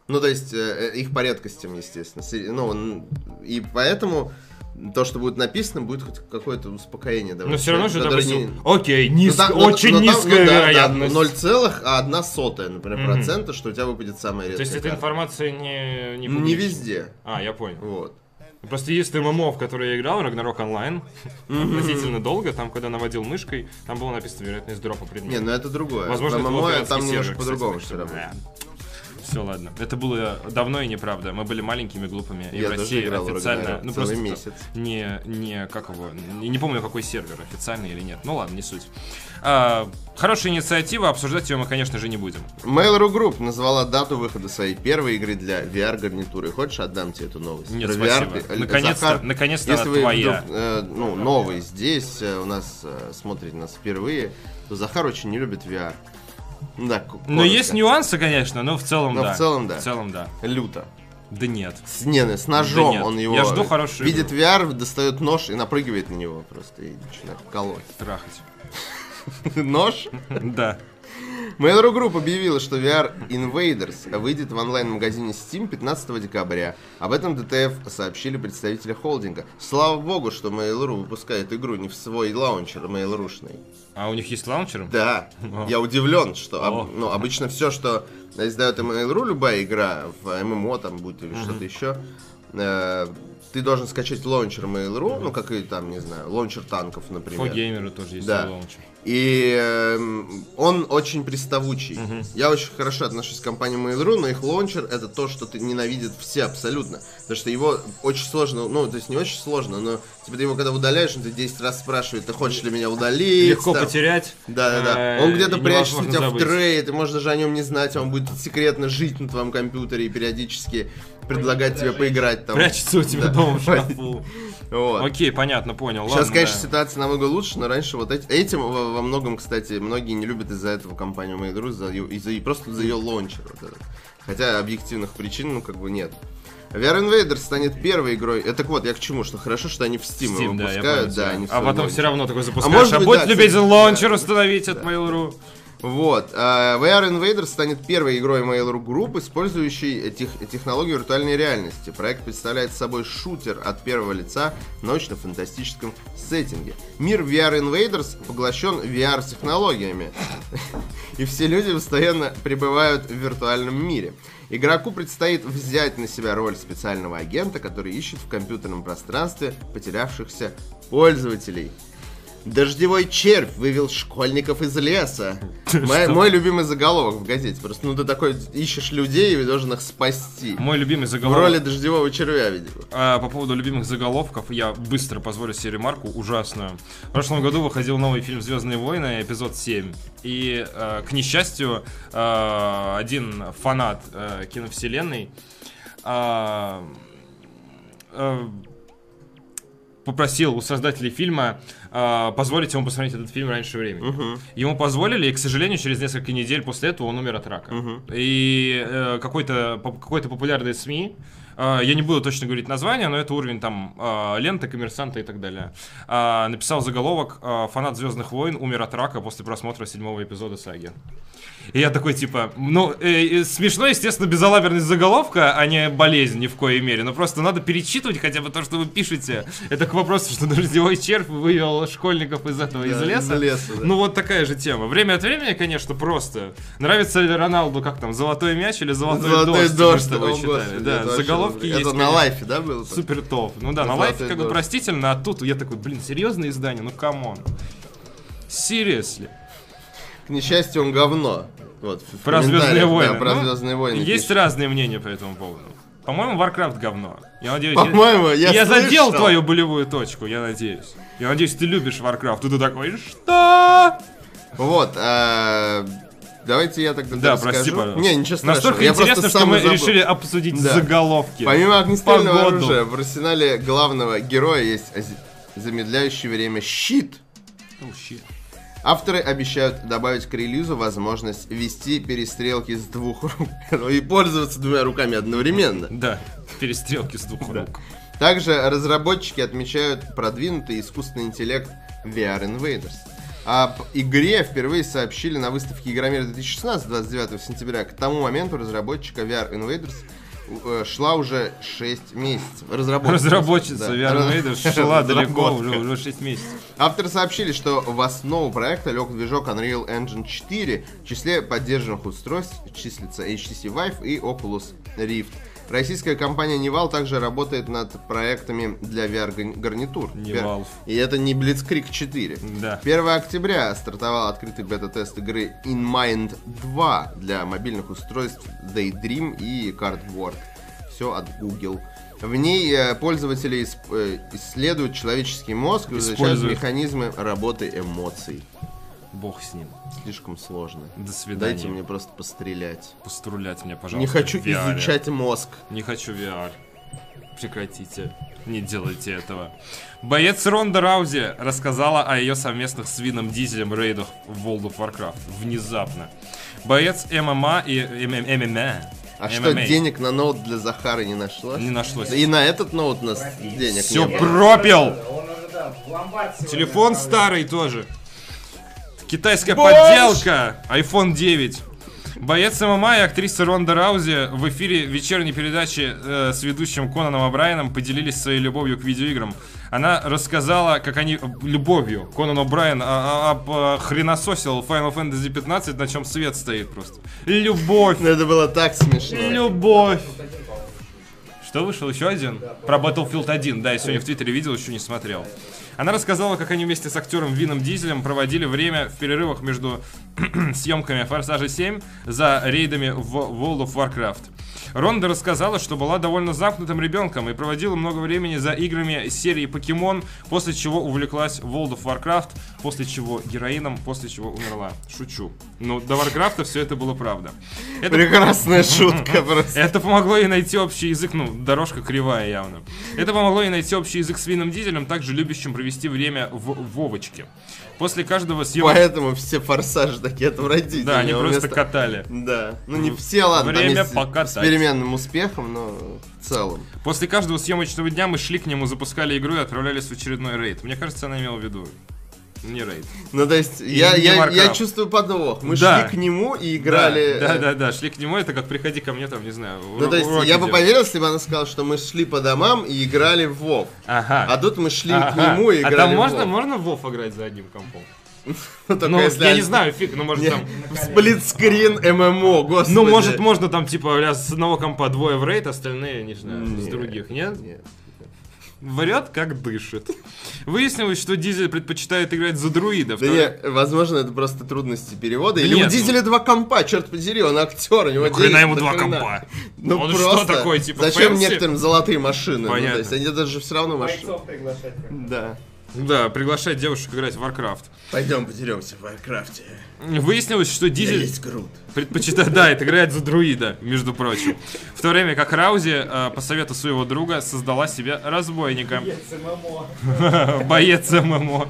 [SPEAKER 2] Ну, то есть, э, э, их по редкостям, естественно. Се- Ну, н- и поэтому то, что будет написано, будет хоть какое-то успокоение давать.
[SPEAKER 1] Но все равно же,
[SPEAKER 2] Человеку, который
[SPEAKER 1] допустим,
[SPEAKER 2] не-
[SPEAKER 1] окей,
[SPEAKER 2] ну,
[SPEAKER 1] низ-
[SPEAKER 2] там- ну,
[SPEAKER 1] очень
[SPEAKER 2] ну, там- ну,
[SPEAKER 1] низкая
[SPEAKER 2] да, да,
[SPEAKER 1] вероятность.
[SPEAKER 2] 0,1 сотая, например,
[SPEAKER 1] Мгм.
[SPEAKER 2] процента, что у тебя выпадет самая редкая
[SPEAKER 1] То есть эта
[SPEAKER 2] карта.
[SPEAKER 1] информация не... Не,
[SPEAKER 2] Не
[SPEAKER 1] публичная.
[SPEAKER 2] везде.
[SPEAKER 1] А, я понял.
[SPEAKER 2] Вот.
[SPEAKER 1] Просто есть ММО, в которые я играл, Ragnarok Online, относительно долго, там, когда наводил мышкой, там было написано вероятность дропа предмета.
[SPEAKER 2] Не, ну это другое.
[SPEAKER 1] Возможно,
[SPEAKER 2] В
[SPEAKER 1] это был
[SPEAKER 2] MMO
[SPEAKER 1] пиратский
[SPEAKER 2] там немножко
[SPEAKER 1] сервер,
[SPEAKER 2] по-другому
[SPEAKER 1] кстати,
[SPEAKER 2] все работает.
[SPEAKER 1] Все, ладно. Это было давно и неправда. Мы были маленькими, глупыми. И
[SPEAKER 2] Я
[SPEAKER 1] в
[SPEAKER 2] тоже
[SPEAKER 1] России
[SPEAKER 2] играл в
[SPEAKER 1] официально...
[SPEAKER 2] Ragnarok
[SPEAKER 1] Ну, просто
[SPEAKER 2] целый месяц.
[SPEAKER 1] Не, не, как его... Не, не помню, какой сервер, официальный или нет. Ну, ладно, не суть. А, хорошая инициатива, обсуждать ее мы, конечно же, не будем.
[SPEAKER 2] Mail.ru Group назвала дату выхода своей первой игры для VR-гарнитуры. Хочешь, отдам тебе эту новость?
[SPEAKER 1] Нет,
[SPEAKER 2] Про
[SPEAKER 1] спасибо.
[SPEAKER 2] VR, э,
[SPEAKER 1] Наконец-то-
[SPEAKER 2] Захар,
[SPEAKER 1] наконец-то
[SPEAKER 2] если
[SPEAKER 1] она
[SPEAKER 2] вы
[SPEAKER 1] твоя.
[SPEAKER 2] вдруг, э, ну, новый здесь, э, у нас э, смотрите нас впервые, то Захар очень не любит VR. Ну Да, к-
[SPEAKER 1] Но есть
[SPEAKER 2] коротко.
[SPEAKER 1] нюансы, конечно, но в целом
[SPEAKER 2] Но
[SPEAKER 1] да.
[SPEAKER 2] в целом да.
[SPEAKER 1] В целом да.
[SPEAKER 2] Люто.
[SPEAKER 1] Да нет.
[SPEAKER 2] С, не, ну, с ножом
[SPEAKER 1] Да нет,
[SPEAKER 2] он
[SPEAKER 1] я
[SPEAKER 2] его...
[SPEAKER 1] жду хорошую
[SPEAKER 2] Видит VR, достает нож и напрыгивает на него просто. И начинает колоть. (laughs)
[SPEAKER 1] Трахать.
[SPEAKER 2] Нож?
[SPEAKER 1] Да.
[SPEAKER 2] Mail.ru Group объявила, что VR Invaders выйдет в онлайн-магазине Steam 15 декабря. Об этом ДТФ сообщили представители холдинга. Слава богу, что Mail.ru выпускает игру не в свой лаунчер Mail.ru-шный.
[SPEAKER 1] А у них есть лаунчер?
[SPEAKER 2] Да,
[SPEAKER 1] О.
[SPEAKER 2] я удивлен, что об-
[SPEAKER 1] О.
[SPEAKER 2] ну, обычно все, что издает Mail.ru, любая игра в ММО там будет или что-то еще, э, ты должен скачать лаунчер Mail.ru, ну как и там, не знаю, лаунчер танков,
[SPEAKER 1] По
[SPEAKER 2] например.
[SPEAKER 1] геймеру тоже есть
[SPEAKER 2] Да.
[SPEAKER 1] свой лаунчер.
[SPEAKER 2] И эм, он очень приставучий. Я очень хорошо отношусь к компании Mail.ru, но их лаунчер это то, что ты ненавидят все абсолютно. Потому что его очень сложно, ну, то есть не очень сложно, но типа ты его когда удаляешь, он тебе 10 раз спрашивает, ты хочешь ли меня удалить.
[SPEAKER 1] Легко
[SPEAKER 2] там.
[SPEAKER 1] потерять.
[SPEAKER 2] Да, да,
[SPEAKER 1] э,
[SPEAKER 2] да. Он где-то
[SPEAKER 1] и
[SPEAKER 2] прячется у
[SPEAKER 1] невозможно
[SPEAKER 2] тебя
[SPEAKER 1] забыть.
[SPEAKER 2] в трее, ты можешь даже о нем не знать, а он будет секретно жить на твоем компьютере и периодически предлагать тебе поиграть там.
[SPEAKER 1] Прячется у тебя
[SPEAKER 2] Да.
[SPEAKER 1] дома
[SPEAKER 2] (laughs)
[SPEAKER 1] в шкафу.
[SPEAKER 2] Вот.
[SPEAKER 1] Окей, понятно, понял.
[SPEAKER 2] Сейчас,
[SPEAKER 1] ладно,
[SPEAKER 2] конечно,
[SPEAKER 1] да.
[SPEAKER 2] ситуация намного лучше, но раньше вот эти- этим во, во многом, кстати, многие не любят из-за этого компанию Mail.ru, за ее- из-за, и просто за ее лончер. вот этот. Хотя объективных причин, ну, как бы нет. VR Invader станет первой игрой. Э, Так вот, я к чему, что хорошо, что они в Steam,
[SPEAKER 1] Steam, да, я
[SPEAKER 2] выпускают,
[SPEAKER 1] понял тебя.
[SPEAKER 2] да, они в
[SPEAKER 1] А
[SPEAKER 2] свой
[SPEAKER 1] потом
[SPEAKER 2] лончер.
[SPEAKER 1] все равно такой запускаешь.
[SPEAKER 2] может
[SPEAKER 1] А,
[SPEAKER 2] быть,
[SPEAKER 1] будь
[SPEAKER 2] да,
[SPEAKER 1] любезен,
[SPEAKER 2] кстати,
[SPEAKER 1] лаунчер
[SPEAKER 2] да.
[SPEAKER 1] установить от Mail.ru.
[SPEAKER 2] Вот. а, VR Invader станет первой игрой Mail.ru Group, использующей э, тех- технологию виртуальной реальности. Проект представляет собой шутер от первого лица в научно-фантастическом сеттинге. Мир VR Invaders поглощен VR-технологиями, и все люди постоянно пребывают в виртуальном мире. Игроку предстоит взять на себя роль специального агента, который ищет в компьютерном пространстве потерявшихся пользователей. Дождевой червь вывел школьников из леса. Мой,
[SPEAKER 1] что?
[SPEAKER 2] мой любимый заголовок в газете. Просто ну ты такой ищешь людей и должен их спасти.
[SPEAKER 1] Мой любимый
[SPEAKER 2] В
[SPEAKER 1] заголовок.
[SPEAKER 2] роли дождевого червя, видимо.
[SPEAKER 1] А, по поводу любимых заголовков, я быстро позволю себе ремарку ужасную. В прошлом году выходил новый фильм «Звездные войны», эпизод 7. И, э, к несчастью, э, один фанат э, киновселенной а, э, попросил у создателей фильма а, позволить ему посмотреть этот фильм раньше времени. Ему позволили, и, к сожалению, через несколько недель после этого он умер от рака. И э, какой-то по- какой-то популярной СМИ, э, я не буду точно говорить название, но это уровень там э, ленты, коммерсанта и так далее, а, написал заголовок э, «Фанат Звездных войн умер от рака после просмотра седьмого эпизода саги». И я такой, типа, ну, э, э, смешно, естественно, безалаберность заголовка, а не болезнь ни в коей мере. Но просто надо перечитывать хотя бы то, что вы пишете. Это к вопросу, что (laughs) дождевой червь вывел школьников из этого, ну, из
[SPEAKER 2] Да,
[SPEAKER 1] леса.
[SPEAKER 2] Из леса, да.
[SPEAKER 1] Ну вот такая же тема. Время от времени, конечно, просто. Нравится ли Роналду, как там, золотой мяч или золотой,
[SPEAKER 2] Золотой
[SPEAKER 1] дождь?
[SPEAKER 2] дождь,
[SPEAKER 1] мы с тобой
[SPEAKER 2] о,
[SPEAKER 1] читали.
[SPEAKER 2] господи,
[SPEAKER 1] Да,
[SPEAKER 2] это вообще
[SPEAKER 1] заголовки
[SPEAKER 2] круто.
[SPEAKER 1] есть.
[SPEAKER 2] Это на
[SPEAKER 1] конечно,
[SPEAKER 2] лайфе, да, было? так?
[SPEAKER 1] Супер топ. Ну да, на
[SPEAKER 2] Золотой
[SPEAKER 1] лайфе как бы
[SPEAKER 2] дождь.
[SPEAKER 1] простительно, а тут я такой, блин, серьезное издание? Ну камон. Seriously.
[SPEAKER 2] К несчастью, он говно. Вот, в- в
[SPEAKER 1] Про
[SPEAKER 2] комментариях,
[SPEAKER 1] Звездные войны.
[SPEAKER 2] Да, про
[SPEAKER 1] Ну,
[SPEAKER 2] Звездные войны.
[SPEAKER 1] Есть
[SPEAKER 2] пишут.
[SPEAKER 1] разные мнения по этому поводу. По-моему, Warcraft говно. Я надеюсь, я-
[SPEAKER 2] По-моему, я,
[SPEAKER 1] я задел
[SPEAKER 2] слышал.
[SPEAKER 1] твою болевую точку, я надеюсь. Я надеюсь, ты любишь Warcraft. И Ты такой, что?
[SPEAKER 2] Вот, а, давайте я тогда
[SPEAKER 1] Да,
[SPEAKER 2] расскажу.
[SPEAKER 1] прости, пожалуйста.
[SPEAKER 2] Не, ничего страшного.
[SPEAKER 1] Настолько
[SPEAKER 2] я
[SPEAKER 1] интересно,
[SPEAKER 2] просто
[SPEAKER 1] что
[SPEAKER 2] сам
[SPEAKER 1] мы
[SPEAKER 2] и забыл.
[SPEAKER 1] решили обсудить
[SPEAKER 2] Да.
[SPEAKER 1] заголовки.
[SPEAKER 2] Помимо огнестрельного
[SPEAKER 1] Погоду.
[SPEAKER 2] оружия, в арсенале главного героя есть ози- замедляющий время щит.
[SPEAKER 1] Oh, shit.
[SPEAKER 2] Авторы обещают добавить к релизу возможность вести перестрелки с двух (laughs) рук ну и пользоваться двумя руками одновременно.
[SPEAKER 1] Да, перестрелки с двух рук.
[SPEAKER 2] Также разработчики отмечают продвинутый искусственный интеллект VR Invaders. Об игре впервые сообщили на выставке Игромир 2016 29 сентября. К тому моменту разработчика VR Invaders э, шла уже 6 месяцев. Разработчика.
[SPEAKER 1] Разработчица
[SPEAKER 2] да.
[SPEAKER 1] VR Invaders шла далеко,
[SPEAKER 2] Разработка.
[SPEAKER 1] уже, уже 6 месяцев.
[SPEAKER 2] Авторы сообщили, что в основу проекта лег движок Unreal Engine 4. В числе поддержанных устройств числится HTC Vive и Oculus Rift. Российская компания Nival также работает над проектами для VR-гарнитур.
[SPEAKER 1] Nival.
[SPEAKER 2] И это не Blitzkrieg 4.
[SPEAKER 1] Да.
[SPEAKER 2] 1 октября стартовал открытый бета-тест игры In Mind 2 для мобильных устройств Daydream и Cardboard. Все от Google. В ней э, пользователи исп- э, исследуют человеческий мозг и изучают
[SPEAKER 1] Используют.
[SPEAKER 2] механизмы работы эмоций.
[SPEAKER 1] Бог с ним.
[SPEAKER 2] Слишком сложно.
[SPEAKER 1] До свидания.
[SPEAKER 2] Дайте мне просто пострелять.
[SPEAKER 1] Пострулять мне, пожалуйста.
[SPEAKER 2] Не хочу
[SPEAKER 1] в VR.
[SPEAKER 2] изучать мозг.
[SPEAKER 1] Не хочу VR. Прекратите. Не делайте этого. Боец Ронда Раузи рассказала о ее совместных с Вином Дизелем рейдах в World of Warcraft. Внезапно. Боец ММА и ММА.
[SPEAKER 2] А что, денег на ноут для Захара не нашлось?
[SPEAKER 1] Не нашлось.
[SPEAKER 2] И на этот ноут у нас
[SPEAKER 3] Профиль.
[SPEAKER 2] денег
[SPEAKER 1] Всё
[SPEAKER 2] не
[SPEAKER 3] Я
[SPEAKER 2] было.
[SPEAKER 1] пропил.
[SPEAKER 3] Он уже, да, в ломбард сегодня
[SPEAKER 1] Телефон
[SPEAKER 3] отправлял.
[SPEAKER 1] старый тоже. Китайская
[SPEAKER 3] Борщ!
[SPEAKER 1] подделка. iPhone 9. Боец ММА и актриса Ронда Раузи в эфире вечерней передачи э, с ведущим Конаном О'Брайеном поделились своей любовью к видеоиграм. Она рассказала, как они... Любовью. Конан О'Брайен а- а- об- а, хренососил Final Fantasy 15, на чем свет стоит просто. Любовь.
[SPEAKER 2] Ну, Это было так смешно.
[SPEAKER 1] Любовь. Что вышел еще один? Про Battlefield 1. Да, я сегодня в Твиттере видел, еще не смотрел. Она рассказала, как они вместе с актером Вином Дизелем проводили время в перерывах между (clears throat) съемками Форсажа 7 за рейдами в World of Warcraft. Ронда рассказала, что была довольно замкнутым ребенком и проводила много времени за играми из серии Покемон, после чего увлеклась World of Warcraft, после чего героином, после чего умерла. Шучу. Но до Варкрафта все это было правда. Это (laughs)
[SPEAKER 2] Прекрасная шутка просто.
[SPEAKER 1] это помогло ей найти общий язык, ну, дорожка кривая явно. Это помогло ей найти общий язык с Вином Дизелем, также любящим провести время в Вовочке. После каждого съемки...
[SPEAKER 2] Поэтому все форсажи такие отвратительные.
[SPEAKER 1] Да, они просто
[SPEAKER 2] Вместо-
[SPEAKER 1] катали.
[SPEAKER 2] Да. Ну не
[SPEAKER 1] Ну,
[SPEAKER 2] все, ладно, там
[SPEAKER 1] время
[SPEAKER 2] есть
[SPEAKER 1] покатать.
[SPEAKER 2] с переменным успехом, но в целом.
[SPEAKER 1] После каждого съемочного дня мы шли к нему, запускали игру и отправлялись в очередной рейд. Мне кажется, она имела в виду не рейд.
[SPEAKER 2] Ну, то есть, я,
[SPEAKER 1] не
[SPEAKER 2] я,
[SPEAKER 1] Warcraft.
[SPEAKER 2] я чувствую подвох. Мы
[SPEAKER 1] Да.
[SPEAKER 2] шли к нему и играли...
[SPEAKER 1] Да, да,
[SPEAKER 2] э,
[SPEAKER 1] да, да, шли к нему, это как приходи ко мне, там, не знаю,
[SPEAKER 2] Ну, то есть,
[SPEAKER 1] уроки
[SPEAKER 2] я бы
[SPEAKER 1] делай.
[SPEAKER 2] поверил, если бы она сказала, что мы шли по домам и играли в WoW.
[SPEAKER 1] Ага.
[SPEAKER 2] А тут мы шли к
[SPEAKER 1] Ага.
[SPEAKER 2] нему и
[SPEAKER 1] а
[SPEAKER 2] играли
[SPEAKER 1] там
[SPEAKER 2] в
[SPEAKER 1] можно,
[SPEAKER 2] WoW.
[SPEAKER 1] можно в Вов играть за одним компом?
[SPEAKER 2] Ну, только
[SPEAKER 1] Ну,
[SPEAKER 2] если
[SPEAKER 1] я
[SPEAKER 2] они-
[SPEAKER 1] не знаю, фиг, ну, может,
[SPEAKER 2] Не,
[SPEAKER 1] там...
[SPEAKER 2] в Сплитскрин ММО, господи.
[SPEAKER 1] Ну, может, можно там, типа, а-ля с одного компа двое в рейд, остальные, не знаю, с
[SPEAKER 2] Нет.
[SPEAKER 1] других, нет?
[SPEAKER 2] Нет.
[SPEAKER 1] Врет, как дышит. Выяснилось, что Дизель предпочитает играть за друидов.
[SPEAKER 2] Да
[SPEAKER 1] так-
[SPEAKER 2] не, возможно, это просто трудности перевода.
[SPEAKER 1] Да
[SPEAKER 2] Или
[SPEAKER 1] нет,
[SPEAKER 2] у Дизеля два компа, черт подери, он актер, у него
[SPEAKER 1] Ну, хрена
[SPEAKER 2] денег
[SPEAKER 1] ему
[SPEAKER 2] до
[SPEAKER 1] два
[SPEAKER 2] хрена.
[SPEAKER 1] компа.
[SPEAKER 2] Ну
[SPEAKER 1] Он
[SPEAKER 2] просто,
[SPEAKER 1] что такой, типа,
[SPEAKER 2] зачем
[SPEAKER 1] фэнси?
[SPEAKER 2] некоторым золотые машины? Ну,
[SPEAKER 1] Понятно.
[SPEAKER 2] то есть, они даже все равно машины.
[SPEAKER 3] Бойцов приглашать. как-то.
[SPEAKER 2] Да.
[SPEAKER 1] Да, приглашать девушек играть в Warcraft.
[SPEAKER 2] Пойдем подеремся в Варкрафте.
[SPEAKER 1] Выяснилось, что
[SPEAKER 2] Я
[SPEAKER 1] Дизель...
[SPEAKER 2] есть Грут.
[SPEAKER 1] Предпочитает, да, это играет за друида, между прочим. В то время как Раузи, э, по совету своего друга, создала себе разбойника.
[SPEAKER 3] Боец ММО.
[SPEAKER 1] (laughs) Боец ММО.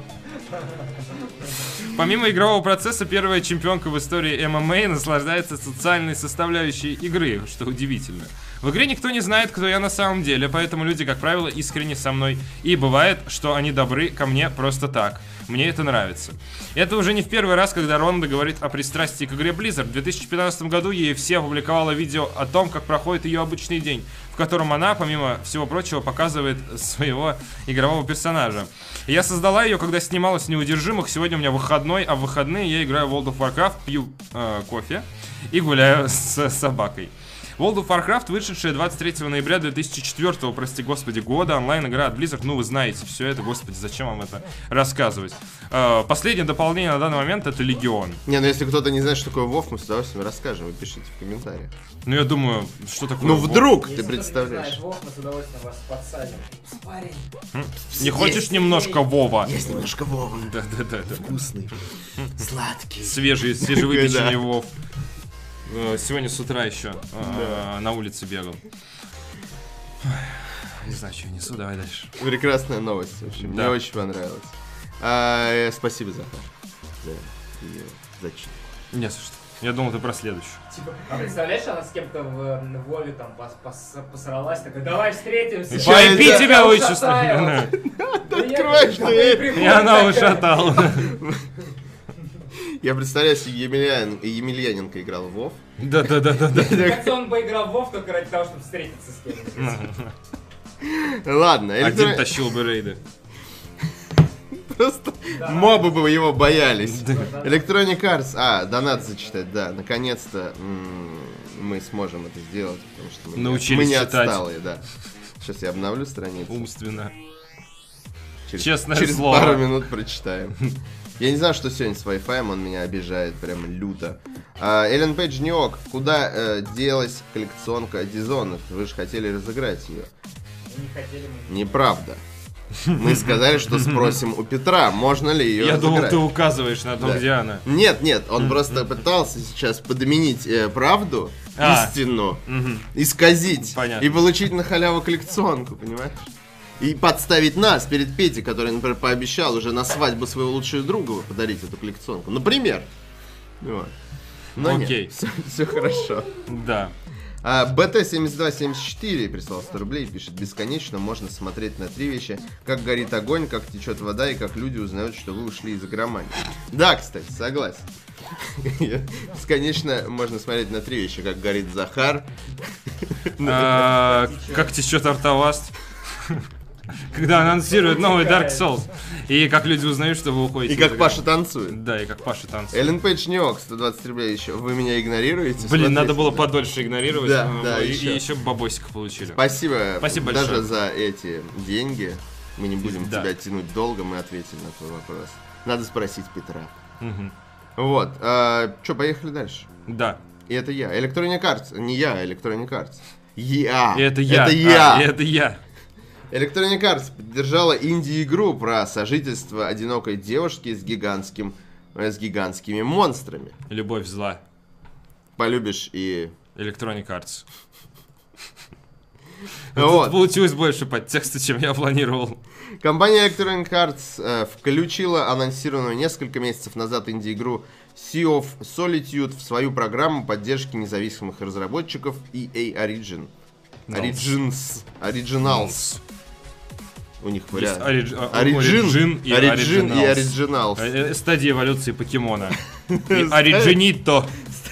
[SPEAKER 1] Помимо игрового процесса, первая чемпионка в истории ММА наслаждается социальной составляющей игры, что удивительно. В игре никто не знает, кто я на самом деле, поэтому люди, как правило, искренне со мной. И бывает, что они добры ко мне просто так. Мне это нравится. Это уже не в первый раз, когда Ронда говорит о пристрастии к игре Blizzard. В 2015 году EFC опубликовала видео о том, как проходит ее обычный день, в котором она, помимо всего прочего, показывает своего игрового персонажа. Я создала ее, когда снималась в «Неудержимых». Сегодня у меня выходной, а в выходные я играю в World of Warcraft, пью э, кофе и гуляю (laughs) с собакой. World of Warcraft, вышедшая 23 ноября 2004, прости господи, года, онлайн-игра от Blizzard, ну вы знаете все это, господи, зачем вам это рассказывать. Э, Последнее дополнение на данный момент это Легион.
[SPEAKER 2] Не, ну если кто-то не знает, что такое Вов, мы с удовольствием расскажем, вы пишите в комментариях.
[SPEAKER 1] Ну я думаю, что такое...
[SPEAKER 2] Ну
[SPEAKER 1] вот.
[SPEAKER 2] вдруг
[SPEAKER 3] Если
[SPEAKER 2] ты
[SPEAKER 3] кто-то не
[SPEAKER 2] представляешь.
[SPEAKER 3] знает Вов, мы с удовольствием вас подсадим. Спарень.
[SPEAKER 1] Не хочешь немножко Вова?
[SPEAKER 2] Есть немножко Вова.
[SPEAKER 1] Да-да-да. да.
[SPEAKER 2] Вкусный. Сладкий.
[SPEAKER 1] Свежий, свежевыпеченный
[SPEAKER 2] (laughs) Да.
[SPEAKER 1] Вов. Э, Сегодня с утра еще э, на улице бегал. Не знаю, что я несу, давай дальше.
[SPEAKER 2] Прекрасная новость, в общем.
[SPEAKER 1] Да.
[SPEAKER 2] Мне очень понравилось. А, э, спасибо, Захар. За её зачет.
[SPEAKER 1] Не, за что. Я думал, ты про
[SPEAKER 2] (laughs)
[SPEAKER 1] следующую.
[SPEAKER 3] Типа, а представляешь, она с кем-то в, э, в Вове там пос- пос- посралась, такая, давай встретимся.
[SPEAKER 2] Ща я
[SPEAKER 1] Пойби
[SPEAKER 2] тебя
[SPEAKER 1] тебя вычислю.
[SPEAKER 3] ушатаю.
[SPEAKER 1] (laughs)
[SPEAKER 3] Да я-
[SPEAKER 2] открываешь
[SPEAKER 3] да, и
[SPEAKER 2] дверь.
[SPEAKER 1] И
[SPEAKER 3] приходит
[SPEAKER 1] она
[SPEAKER 3] такая.
[SPEAKER 1] ушатала. (laughs)
[SPEAKER 2] Я представляю, если Емельян- Емельяненко играл в Вов.
[SPEAKER 1] Да-да-да-да.
[SPEAKER 3] Кажется, он поиграл в Вов только ради того, чтобы встретиться с кем-нибудь.
[SPEAKER 2] Ладно,
[SPEAKER 1] Один
[SPEAKER 2] электро-
[SPEAKER 1] тащил бы рейды.
[SPEAKER 2] просто
[SPEAKER 3] Да.
[SPEAKER 2] мобы бы его боялись.
[SPEAKER 3] Да.
[SPEAKER 2] Electronic Arts, а, донат зачитать, да, наконец-то м, мы сможем это сделать, потому что мы, не-
[SPEAKER 1] Научились
[SPEAKER 2] мы не
[SPEAKER 1] читать.
[SPEAKER 2] отсталые, да. Сейчас я обновлю страницу.
[SPEAKER 1] Умственно.
[SPEAKER 2] Через,
[SPEAKER 1] Честное
[SPEAKER 2] через
[SPEAKER 1] слово.
[SPEAKER 2] пару минут прочитаем. (laughs) Я не знаю, что сегодня с Wi-Fi, он меня обижает прям люто. А, Эллен Пейдж Ниок, куда э, делась коллекционка Дизонов? Вы же хотели разыграть ее.
[SPEAKER 3] Мы Не хотели мы.
[SPEAKER 2] Неправда. Мы сказали, что спросим у Петра, можно ли ее
[SPEAKER 1] Я думал,
[SPEAKER 2] разыграть.
[SPEAKER 1] ты указываешь на то,
[SPEAKER 2] Да.
[SPEAKER 1] где она.
[SPEAKER 2] Нет, нет, он просто пытался сейчас подменить э, правду,
[SPEAKER 1] А.
[SPEAKER 2] истину,
[SPEAKER 1] Мгм.
[SPEAKER 2] исказить
[SPEAKER 1] Понятно.
[SPEAKER 2] и получить на халяву коллекционку, понимаешь? И подставить нас перед Петей, который, например, пообещал уже на свадьбу своего лучшего друга подарить эту коллекционку. Например. Вот. Но
[SPEAKER 1] Окей.
[SPEAKER 2] Нет, все, хорошо.
[SPEAKER 1] Да.
[SPEAKER 2] А, БТ-7274 прислал 100 рублей и пишет Бесконечно можно смотреть на три вещи Как горит огонь, как течет вода и как люди узнают, что вы ушли из игромании Да, кстати, согласен. (laughs) Бесконечно можно смотреть на три вещи, как горит Захар.
[SPEAKER 1] А, Как течет артоваст. Когда анонсируют новый Dark Souls. И как люди узнают, что вы уходите.
[SPEAKER 2] И как
[SPEAKER 1] Это
[SPEAKER 2] Паша танцует.
[SPEAKER 1] Да, и как Паша танцует.
[SPEAKER 2] Эллен Пейдж Неок, 120 рублей еще. Вы меня игнорируете?
[SPEAKER 1] Блин, надо
[SPEAKER 2] Смотрите.
[SPEAKER 1] было подольше игнорировать.
[SPEAKER 2] Да,
[SPEAKER 1] Ну,
[SPEAKER 2] да,
[SPEAKER 1] и, и
[SPEAKER 2] еще.
[SPEAKER 1] еще бабосика получили.
[SPEAKER 2] Спасибо.
[SPEAKER 1] Спасибо
[SPEAKER 2] Даже
[SPEAKER 1] большое.
[SPEAKER 2] за эти деньги. Мы не будем
[SPEAKER 1] Да.
[SPEAKER 2] тебя тянуть долго, мы ответили на твой вопрос. Надо спросить Петра.
[SPEAKER 1] Мгм.
[SPEAKER 2] Вот. А, Че, поехали дальше.
[SPEAKER 1] Да.
[SPEAKER 2] И это я. Electronic Arts. Не я, а Electronic Arts. Я.
[SPEAKER 1] И это я.
[SPEAKER 2] Это
[SPEAKER 1] А,
[SPEAKER 2] я.
[SPEAKER 1] и это я.
[SPEAKER 2] Electronic Arts поддержала инди-игру про сожительство одинокой девушки с гигантским э, с гигантскими монстрами.
[SPEAKER 1] Любовь зла.
[SPEAKER 2] Полюбишь и...
[SPEAKER 1] Electronic Arts.
[SPEAKER 2] Ну Вот.
[SPEAKER 1] Тут получилось больше подтекста, чем я планировал.
[SPEAKER 2] Компания Electronic Arts э, включила анонсированную несколько месяцев назад инди-игру Sea of Solitude в свою программу поддержки независимых разработчиков EA Origin.
[SPEAKER 1] Nals.
[SPEAKER 2] Origins. Originals. У них
[SPEAKER 1] Есть
[SPEAKER 2] вариант.
[SPEAKER 1] оридж- а,
[SPEAKER 2] Origin,
[SPEAKER 1] Origin и
[SPEAKER 2] Origin и
[SPEAKER 1] Originals.
[SPEAKER 2] Originals.
[SPEAKER 1] Э, э, Стадия эволюции
[SPEAKER 2] (laughs)
[SPEAKER 1] покемона. И Ориджинито.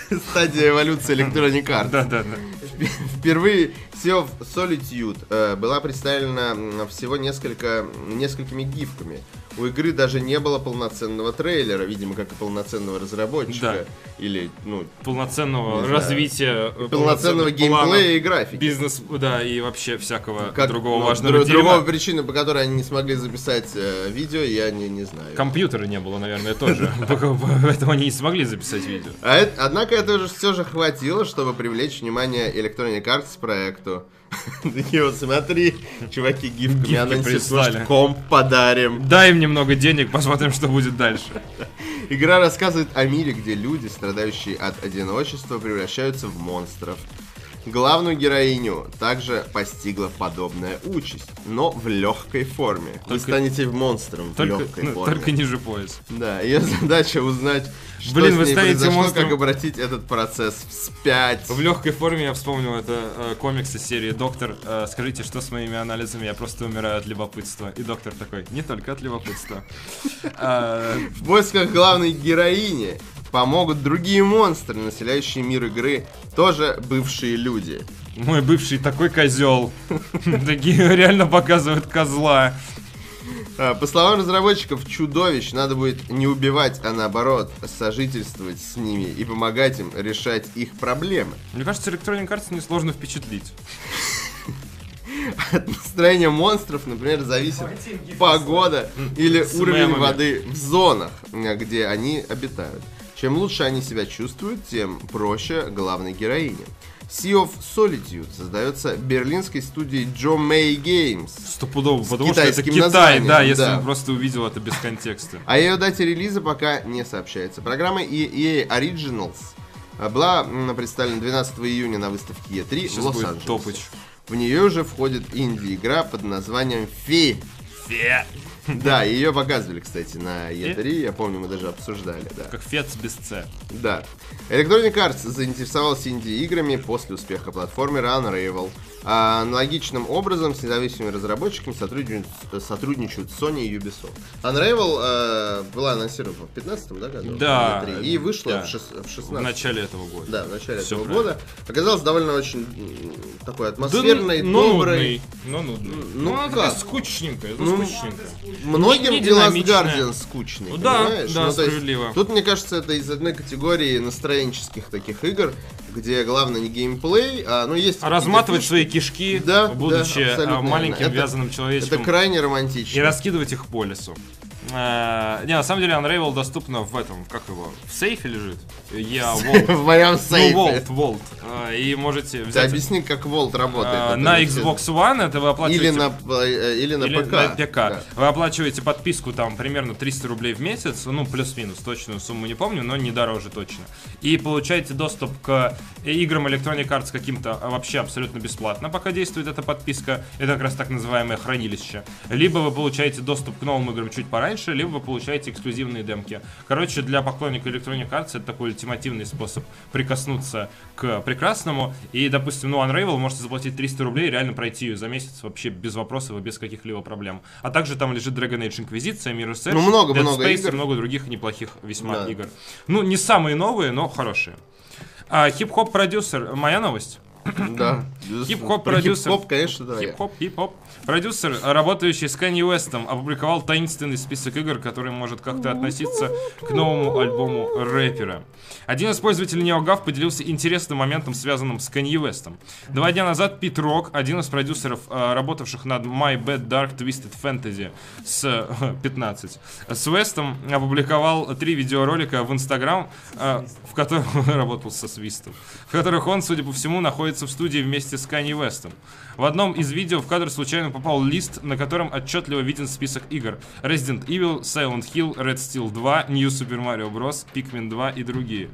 [SPEAKER 1] э.
[SPEAKER 2] Стадия эволюции
[SPEAKER 1] (laughs)
[SPEAKER 2] Electronic Arts.
[SPEAKER 1] Да, да, да.
[SPEAKER 2] Впервые Sea of Solitude э, была представлена м, всего несколько, несколькими гифками. У игры даже не было полноценного трейлера, видимо, как и полноценного разработчика. Или, ну, Не
[SPEAKER 1] Полноценного
[SPEAKER 2] знаю.
[SPEAKER 1] развития. э,
[SPEAKER 2] полноценного геймплея и графики.
[SPEAKER 1] плана, Бизнес, да, и вообще всякого
[SPEAKER 2] Как,
[SPEAKER 1] другого
[SPEAKER 2] ну,
[SPEAKER 1] важного
[SPEAKER 2] дру- другого
[SPEAKER 1] дерьма.
[SPEAKER 2] причины, по которой они не смогли записать э, видео, я не, не знаю.
[SPEAKER 1] Компьютера не было, наверное,
[SPEAKER 2] (laughs)
[SPEAKER 1] тоже. Пока- Поэтому они не смогли записать видео.
[SPEAKER 2] А это- однако это же все же хватило, чтобы привлечь внимание Electronic Arts проекту. (laughs) Такие вот, смотри, чуваки гифками
[SPEAKER 1] Гифки
[SPEAKER 2] анонсируют,
[SPEAKER 1] прислали.
[SPEAKER 2] может, комп подарим.
[SPEAKER 1] Дай им немного денег, посмотрим, что будет дальше.
[SPEAKER 2] Игра рассказывает о мире, где люди, страдающие от одиночества, превращаются в монстров. Главную героиню также постигла подобная участь, но в легкой форме. Вы
[SPEAKER 1] Только-
[SPEAKER 2] станете монстром в
[SPEAKER 1] Только,
[SPEAKER 2] легкой
[SPEAKER 1] ну,
[SPEAKER 2] форме.
[SPEAKER 1] только ниже пояс.
[SPEAKER 2] Да, ее задача узнать, что
[SPEAKER 1] Блин,
[SPEAKER 2] с
[SPEAKER 1] вы
[SPEAKER 2] ней
[SPEAKER 1] станете
[SPEAKER 2] произошло,
[SPEAKER 1] монстром.
[SPEAKER 2] как обратить этот процесс вспять.
[SPEAKER 1] В легкой форме я вспомнил это э, комикс из серии Доктор. э, скажите, что с моими анализами? Я просто умираю от любопытства. И доктор такой, не только от любопытства. А,
[SPEAKER 2] В поисках главной героини помогут другие монстры, населяющие мир игры, тоже бывшие люди.
[SPEAKER 1] Мой бывший такой козел. (laughs) Такие реально показывают козла.
[SPEAKER 2] А, По словам разработчиков, чудовищ надо будет не убивать, а наоборот, сожительствовать с ними и помогать им решать их проблемы. (laughs)
[SPEAKER 1] Мне кажется, Electronic Arts несложно впечатлить.
[SPEAKER 2] От настроения монстров, например, зависит
[SPEAKER 3] Хватит гипноса.
[SPEAKER 2] погода или
[SPEAKER 1] С
[SPEAKER 2] уровень
[SPEAKER 1] мемами.
[SPEAKER 2] воды в зонах, а, где они обитают. Чем лучше они себя чувствуют, тем проще главной героине. Sea of Solitude создается берлинской студией Jo May Games.
[SPEAKER 1] Стопудово, потому что это
[SPEAKER 2] китайским
[SPEAKER 1] Китай,
[SPEAKER 2] названием,
[SPEAKER 1] да, если
[SPEAKER 2] да.
[SPEAKER 1] он просто увидел это без контекста.
[SPEAKER 2] О ее дате релиза пока не сообщается. Программа EA Originals а, была м, представлена 12 июня на выставке E3 в
[SPEAKER 1] Сейчас будет
[SPEAKER 2] Лос-Анджелесе.
[SPEAKER 1] топыч.
[SPEAKER 2] В нее уже входит инди-игра под названием Фи.
[SPEAKER 1] (laughs)
[SPEAKER 2] Да, ее показывали, кстати, на E3. Я помню, мы даже обсуждали, да.
[SPEAKER 1] Как фец без С.
[SPEAKER 2] Да. Electronic Arts заинтересовался инди-играми после успеха платформеры Unravel. А аналогичным образом с независимыми разработчиками сотрудничают, сотрудничают Sony и Ubisoft. Unravel э, была анонсирована в 2015 да, году?
[SPEAKER 1] Да,
[SPEAKER 2] В E3, И вышла
[SPEAKER 1] да.
[SPEAKER 2] в, шес- в
[SPEAKER 1] В
[SPEAKER 2] 16
[SPEAKER 1] начале этого года.
[SPEAKER 2] Да, в начале
[SPEAKER 1] Всё
[SPEAKER 2] этого
[SPEAKER 1] правильно.
[SPEAKER 2] года. Оказалось довольно очень м, такой
[SPEAKER 1] Да,
[SPEAKER 2] атмосферной,
[SPEAKER 1] ну, ну,
[SPEAKER 2] доброй.
[SPEAKER 1] нудный, Ну, нудный.
[SPEAKER 2] Ну,
[SPEAKER 1] Ну, она
[SPEAKER 2] как?
[SPEAKER 1] такая скучненькая, ну,
[SPEAKER 2] Ну,
[SPEAKER 1] скучненькая.
[SPEAKER 2] Многим
[SPEAKER 1] не
[SPEAKER 2] The Last
[SPEAKER 1] динамичная.
[SPEAKER 2] Guardian скучный,
[SPEAKER 1] Ну да,
[SPEAKER 2] понимаешь?
[SPEAKER 1] да,
[SPEAKER 2] Ну, то есть
[SPEAKER 1] справедливо.
[SPEAKER 2] Тут, мне кажется, это из одной категории настроенческих таких игр, где главное не геймплей, а ну есть...
[SPEAKER 1] А
[SPEAKER 2] какие-то
[SPEAKER 1] разматывать
[SPEAKER 2] фишки.
[SPEAKER 1] свои кишки,
[SPEAKER 2] Да, да,
[SPEAKER 1] будучи э,
[SPEAKER 2] абсолютно
[SPEAKER 1] маленьким
[SPEAKER 2] верно. Это-
[SPEAKER 1] вязаным
[SPEAKER 2] Это
[SPEAKER 1] человечком,
[SPEAKER 2] крайне
[SPEAKER 1] и
[SPEAKER 2] романтично. (laughs)
[SPEAKER 1] раскидывать их по лесу. Э, Не, на самом деле Unravel доступно в этом, как его, в сейфе лежит? Я Волт.
[SPEAKER 2] В моем
[SPEAKER 1] Ну,
[SPEAKER 2] сейфе.
[SPEAKER 1] Волт, Волт. Э, И можете
[SPEAKER 2] Ты
[SPEAKER 1] взять
[SPEAKER 2] объясни, как Волт работает.
[SPEAKER 1] э,
[SPEAKER 2] а то
[SPEAKER 1] на
[SPEAKER 2] не все-
[SPEAKER 1] Xbox One, это вы оплачиваете...
[SPEAKER 2] Или на, э, или на
[SPEAKER 1] Или
[SPEAKER 2] ПК.
[SPEAKER 1] на ПК.
[SPEAKER 2] Да.
[SPEAKER 1] Вы оплачиваете подписку там примерно 300 рублей в месяц, ну плюс-минус, точную сумму не помню, но не дороже точно. И получаете доступ к э, играм Electronic Arts каким-то а, вообще абсолютно бесплатно, пока действует эта подписка. Это как раз так называемое хранилище. Либо вы получаете доступ к новым играм чуть пораньше, либо вы получаете эксклюзивные демки. Короче, для поклонника Electronic Arts это такой ультимативный способ прикоснуться к прекрасному классному, и, допустим, ну, Unravel можете заплатить 300 рублей и реально пройти ее за месяц вообще без вопросов и без каких-либо проблем. А также там лежит Dragon Age Inquisition, Mirror's Edge,
[SPEAKER 2] Ну, много-
[SPEAKER 1] Dead
[SPEAKER 2] много
[SPEAKER 1] Space и
[SPEAKER 2] игр.
[SPEAKER 1] много других неплохих весьма
[SPEAKER 2] Да.
[SPEAKER 1] игр. Ну, не самые новые, но хорошие. А, хип-хоп продюсер, моя новость.
[SPEAKER 2] Да.
[SPEAKER 1] (laughs) Хип-хоп
[SPEAKER 2] Про
[SPEAKER 1] продюсер.
[SPEAKER 2] Хип-хоп, конечно, да. я.
[SPEAKER 1] Хип-хоп, хип-хоп. Продюсер, работающий с Kanye Уэстом, опубликовал таинственный список игр, который может как-то относиться к новому альбому рэпера. Один из пользователей NeoGAF поделился интересным моментом, связанным с Kanye Уэстом. Два дня назад Пит Рок, один из продюсеров, э, работавших над My Bad Dark Twisted Fantasy с (laughs) э, 15, с Уэстом опубликовал три видеоролика в Инстаграм, э, в котором он работал со Свистом, в которых он, судя по всему, находится в студии вместе с Канни Вестом. В одном из видео в кадр случайно попал лист, на котором отчетливо виден список игр. Resident Evil, Silent Hill, Red Steel 2, New Super Mario Bros., Pikmin 2 и другие.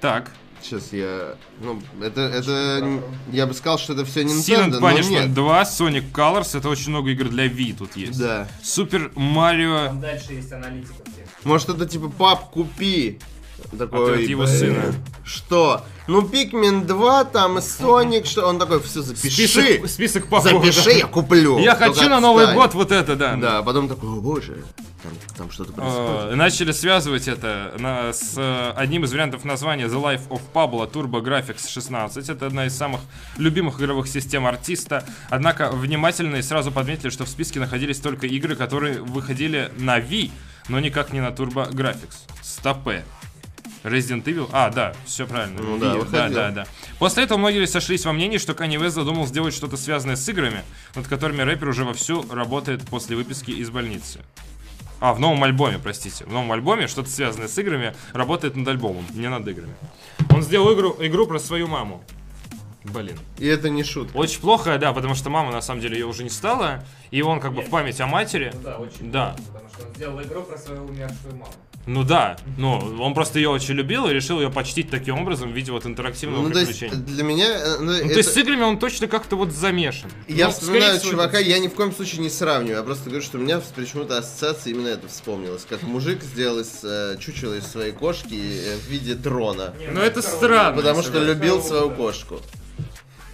[SPEAKER 1] Так,
[SPEAKER 2] Сейчас я... Ну, это... это н- Я бы сказал, что это все
[SPEAKER 1] Sin
[SPEAKER 2] Nintendo,
[SPEAKER 1] and
[SPEAKER 2] но
[SPEAKER 1] Punishment
[SPEAKER 2] нет.
[SPEAKER 1] 2, Sonic Colors, это очень много игр для Wii тут есть.
[SPEAKER 2] Да.
[SPEAKER 1] Супер Марио
[SPEAKER 3] Там дальше есть аналитика всех.
[SPEAKER 2] Может, это типа пап, купи. Такой,
[SPEAKER 1] Ответ его
[SPEAKER 2] «Блин,
[SPEAKER 1] сына».
[SPEAKER 2] Что? Ну, Пикмен 2, там, и Соник, что? Он такой, все, запиши.
[SPEAKER 1] Список, список похода.
[SPEAKER 2] Запиши, я куплю.
[SPEAKER 1] Я
[SPEAKER 2] Только
[SPEAKER 1] хочу на Новый
[SPEAKER 2] отстань.
[SPEAKER 1] год вот это, да.
[SPEAKER 2] Да, а потом такой, о боже, там, там что-то происходит.
[SPEAKER 1] Э, Начали связывать это на- с э, одним из вариантов названия The Life of Pablo Turbo Graphics 16. Это одна из самых любимых игровых систем артиста. Однако внимательные сразу подметили, что в списке находились только игры, которые выходили на Wii, но никак не на Turbo Graphics. Стопе. Resident Evil? А, да, все правильно.
[SPEAKER 2] Ну да,
[SPEAKER 1] Wii, да,
[SPEAKER 2] выходил.
[SPEAKER 1] да, да. После этого многие сошлись во мнении, что Kanye West задумал сделать что-то связанное с играми, над которыми рэпер уже вовсю работает после выписки из больницы. А, в новом альбоме, простите. В новом альбоме что-то связанное с играми работает над альбомом, не над играми. Он сделал игру, игру про свою маму. Блин.
[SPEAKER 2] И это не шутка.
[SPEAKER 1] Очень плохо, да, потому что мама на самом деле ее уже не стала. И он как бы в память о матери.
[SPEAKER 3] Ну да, очень.
[SPEAKER 1] Да.
[SPEAKER 3] круто, Потому что он сделал игру про свою умершую маму.
[SPEAKER 1] Ну да, ну он просто ее очень любил и решил ее почтить таким образом в виде вот интерактивного
[SPEAKER 2] Ну, то есть,
[SPEAKER 1] приключения.
[SPEAKER 2] для меня... э, ну,
[SPEAKER 1] Ну,
[SPEAKER 2] это-
[SPEAKER 1] То есть с играми он точно как-то вот замешан.
[SPEAKER 2] Я
[SPEAKER 1] Ну, скорее
[SPEAKER 2] вспоминаю
[SPEAKER 1] всего,
[SPEAKER 2] чувака, я ни в коем случае не сравниваю, я просто говорю, что у меня почему-то ассоциация именно это вспомнилась, как мужик сделал из э, чучела из своей кошки э, в виде дрона,
[SPEAKER 3] Не,
[SPEAKER 1] Ну, это
[SPEAKER 3] здорово.
[SPEAKER 1] странно.
[SPEAKER 2] потому что любил
[SPEAKER 3] Здорово,
[SPEAKER 2] свою
[SPEAKER 3] да.
[SPEAKER 2] кошку.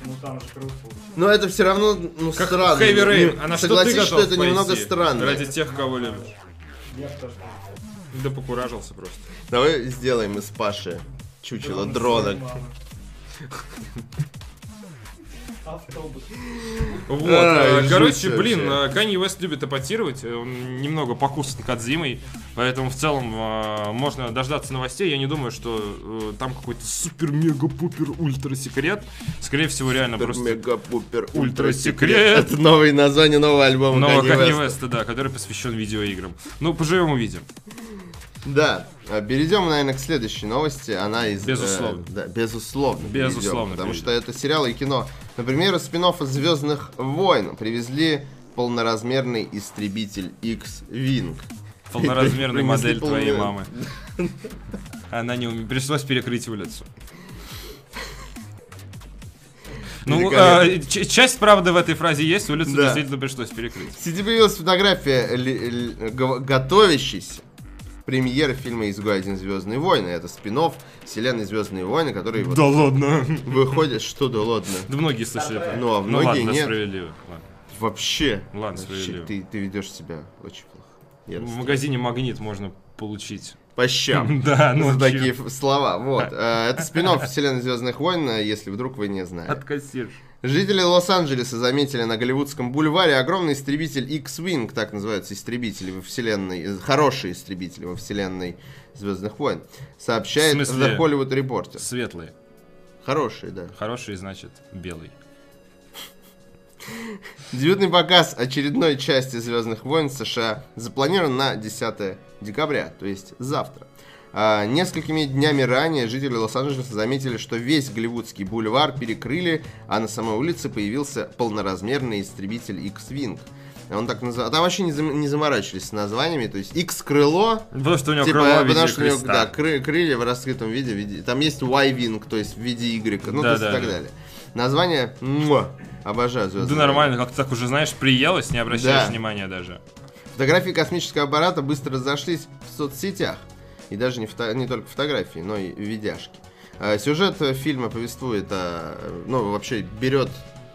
[SPEAKER 3] Ну там же круто получилось.
[SPEAKER 2] Но это все равно ну,
[SPEAKER 1] Как
[SPEAKER 2] странно.
[SPEAKER 1] Heavy Rain.
[SPEAKER 2] Ну,
[SPEAKER 1] А на что ты
[SPEAKER 2] Согласись,
[SPEAKER 1] готов
[SPEAKER 2] что это
[SPEAKER 1] пойти
[SPEAKER 2] немного странно.
[SPEAKER 1] Ради тех, кого любишь.
[SPEAKER 3] Я бы тоже не
[SPEAKER 1] Да покуражился просто.
[SPEAKER 2] Давай сделаем из Паши чучело
[SPEAKER 3] хотел.
[SPEAKER 2] дрона.
[SPEAKER 3] Автобус.
[SPEAKER 1] Вот,
[SPEAKER 2] А,
[SPEAKER 1] э,
[SPEAKER 2] жуть
[SPEAKER 1] короче, блин,
[SPEAKER 2] вообще.
[SPEAKER 1] э, Kanye West любит эпатировать, э, он немного покусан Кадзимой, поэтому в целом э, можно дождаться новостей. Я не думаю, что э, там какой-то супер-мега-пупер-ультра-секрет. Скорее всего, реально просто
[SPEAKER 2] Мега-пупер
[SPEAKER 1] Ультра-секрет.
[SPEAKER 2] ультра-секрет. Это новое название нового альбома
[SPEAKER 1] нового Kanye
[SPEAKER 2] Kanye West.
[SPEAKER 1] West, да, который посвящен видеоиграм. Ну, поживем увидим.
[SPEAKER 2] Да, а, перейдем, наверное, к следующей новости. Она из... э,
[SPEAKER 1] Безусловно.
[SPEAKER 2] да, безусловно. перейдем,
[SPEAKER 1] Безусловно
[SPEAKER 2] потому
[SPEAKER 1] перейдем.
[SPEAKER 2] что это сериалы и кино. Например, из спин «Звездных войн» привезли полноразмерный истребитель X-Wing.
[SPEAKER 1] Полноразмерная
[SPEAKER 2] (laughs) Принесли
[SPEAKER 1] модель твоей
[SPEAKER 2] полную-
[SPEAKER 1] мамы. Она не уме- Пришлось перекрыть улицу. Ну,
[SPEAKER 2] Великолепно.
[SPEAKER 1] э, ч- часть правды в этой фразе есть, улицу
[SPEAKER 2] Да.
[SPEAKER 1] действительно пришлось перекрыть.
[SPEAKER 2] В сети появилась фотография ли- ли- го- готовящейся премьеры фильма «Изгой один Звездные войны». Это спин-офф вселенной Звездные войны, который вот
[SPEAKER 1] ладно.
[SPEAKER 2] выходит... Что да ладно?
[SPEAKER 1] Да многие слышали про это.
[SPEAKER 2] Ну, а многие
[SPEAKER 1] ладно,
[SPEAKER 2] нет.
[SPEAKER 1] справедливо. ладно.
[SPEAKER 2] Вообще.
[SPEAKER 1] Ладно,
[SPEAKER 2] Вообще,
[SPEAKER 1] справедливо.
[SPEAKER 2] Ты, ты ведешь себя очень плохо. Я
[SPEAKER 1] В магазине «Магнит» можно получить.
[SPEAKER 2] По щам.
[SPEAKER 1] (laughs) Да,
[SPEAKER 2] Ну,
[SPEAKER 1] ну
[SPEAKER 2] такие ф- слова.
[SPEAKER 1] (laughs)
[SPEAKER 2] Вот. Э, Это спин вселенной Звездных войн, э, если вдруг вы не знаете.
[SPEAKER 1] Откосишь.
[SPEAKER 2] Жители Лос-Анджелеса заметили на Голливудском бульваре огромный истребитель X-Wing, так называются истребители во вселенной, э, хорошие истребители во вселенной Звездных войн, сообщает
[SPEAKER 1] В смысле?
[SPEAKER 2] The Hollywood Reporter.
[SPEAKER 1] Светлые.
[SPEAKER 2] Хорошие, да.
[SPEAKER 1] Хороший, значит, белый.
[SPEAKER 2] Дебютный показ очередной части Звездных войн США запланирован на 10 декабря, то есть завтра. А, несколькими днями ранее жители Лос-Анджелеса заметили, что весь голливудский бульвар перекрыли, а на самой улице появился полноразмерный истребитель X-Wing. Он так назва- Там вообще не, зам- не заморачивались с названиями, то есть X-крыло,
[SPEAKER 1] Потому что у него
[SPEAKER 2] типа,
[SPEAKER 1] крыло в виде
[SPEAKER 2] потому что у него, да,
[SPEAKER 1] креста.
[SPEAKER 2] кры- крылья в раскрытом виде, в виде- там есть Y-Wing, то есть в виде Y, ну, то есть и
[SPEAKER 1] Да-да-да.
[SPEAKER 2] так далее. Название, муа, обожаю звезды.
[SPEAKER 1] Да нормально, как-то так уже, знаешь, приелось, не обращаешь
[SPEAKER 2] Да.
[SPEAKER 1] внимания даже.
[SPEAKER 2] Фотографии космического аппарата быстро разошлись в соцсетях. И даже не, фото- не только фотографии, но и видяшки. Э, Сюжет э, фильма повествует о... э, Ну, вообще берет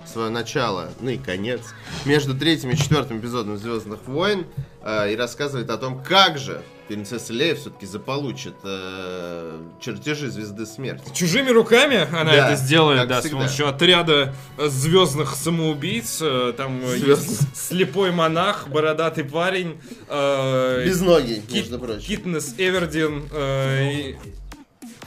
[SPEAKER 2] свое начало, ну и конец, между третьим и четвертым эпизодом «Звездных войн» э, и рассказывает о том, как же принцесса Лея все-таки заполучит э, чертежи «Звезды смерти».
[SPEAKER 4] Чужими руками она
[SPEAKER 2] Да,
[SPEAKER 4] это сделает,
[SPEAKER 2] как
[SPEAKER 4] да, с
[SPEAKER 2] всегда.
[SPEAKER 4] помощью отряда звездных самоубийц. э, Там э,
[SPEAKER 2] Звёздных.
[SPEAKER 4] есть слепой монах, бородатый парень, э,
[SPEAKER 2] Без ноги,
[SPEAKER 4] Кит-
[SPEAKER 2] между прочим.
[SPEAKER 4] Китнес Эвердин. э, и-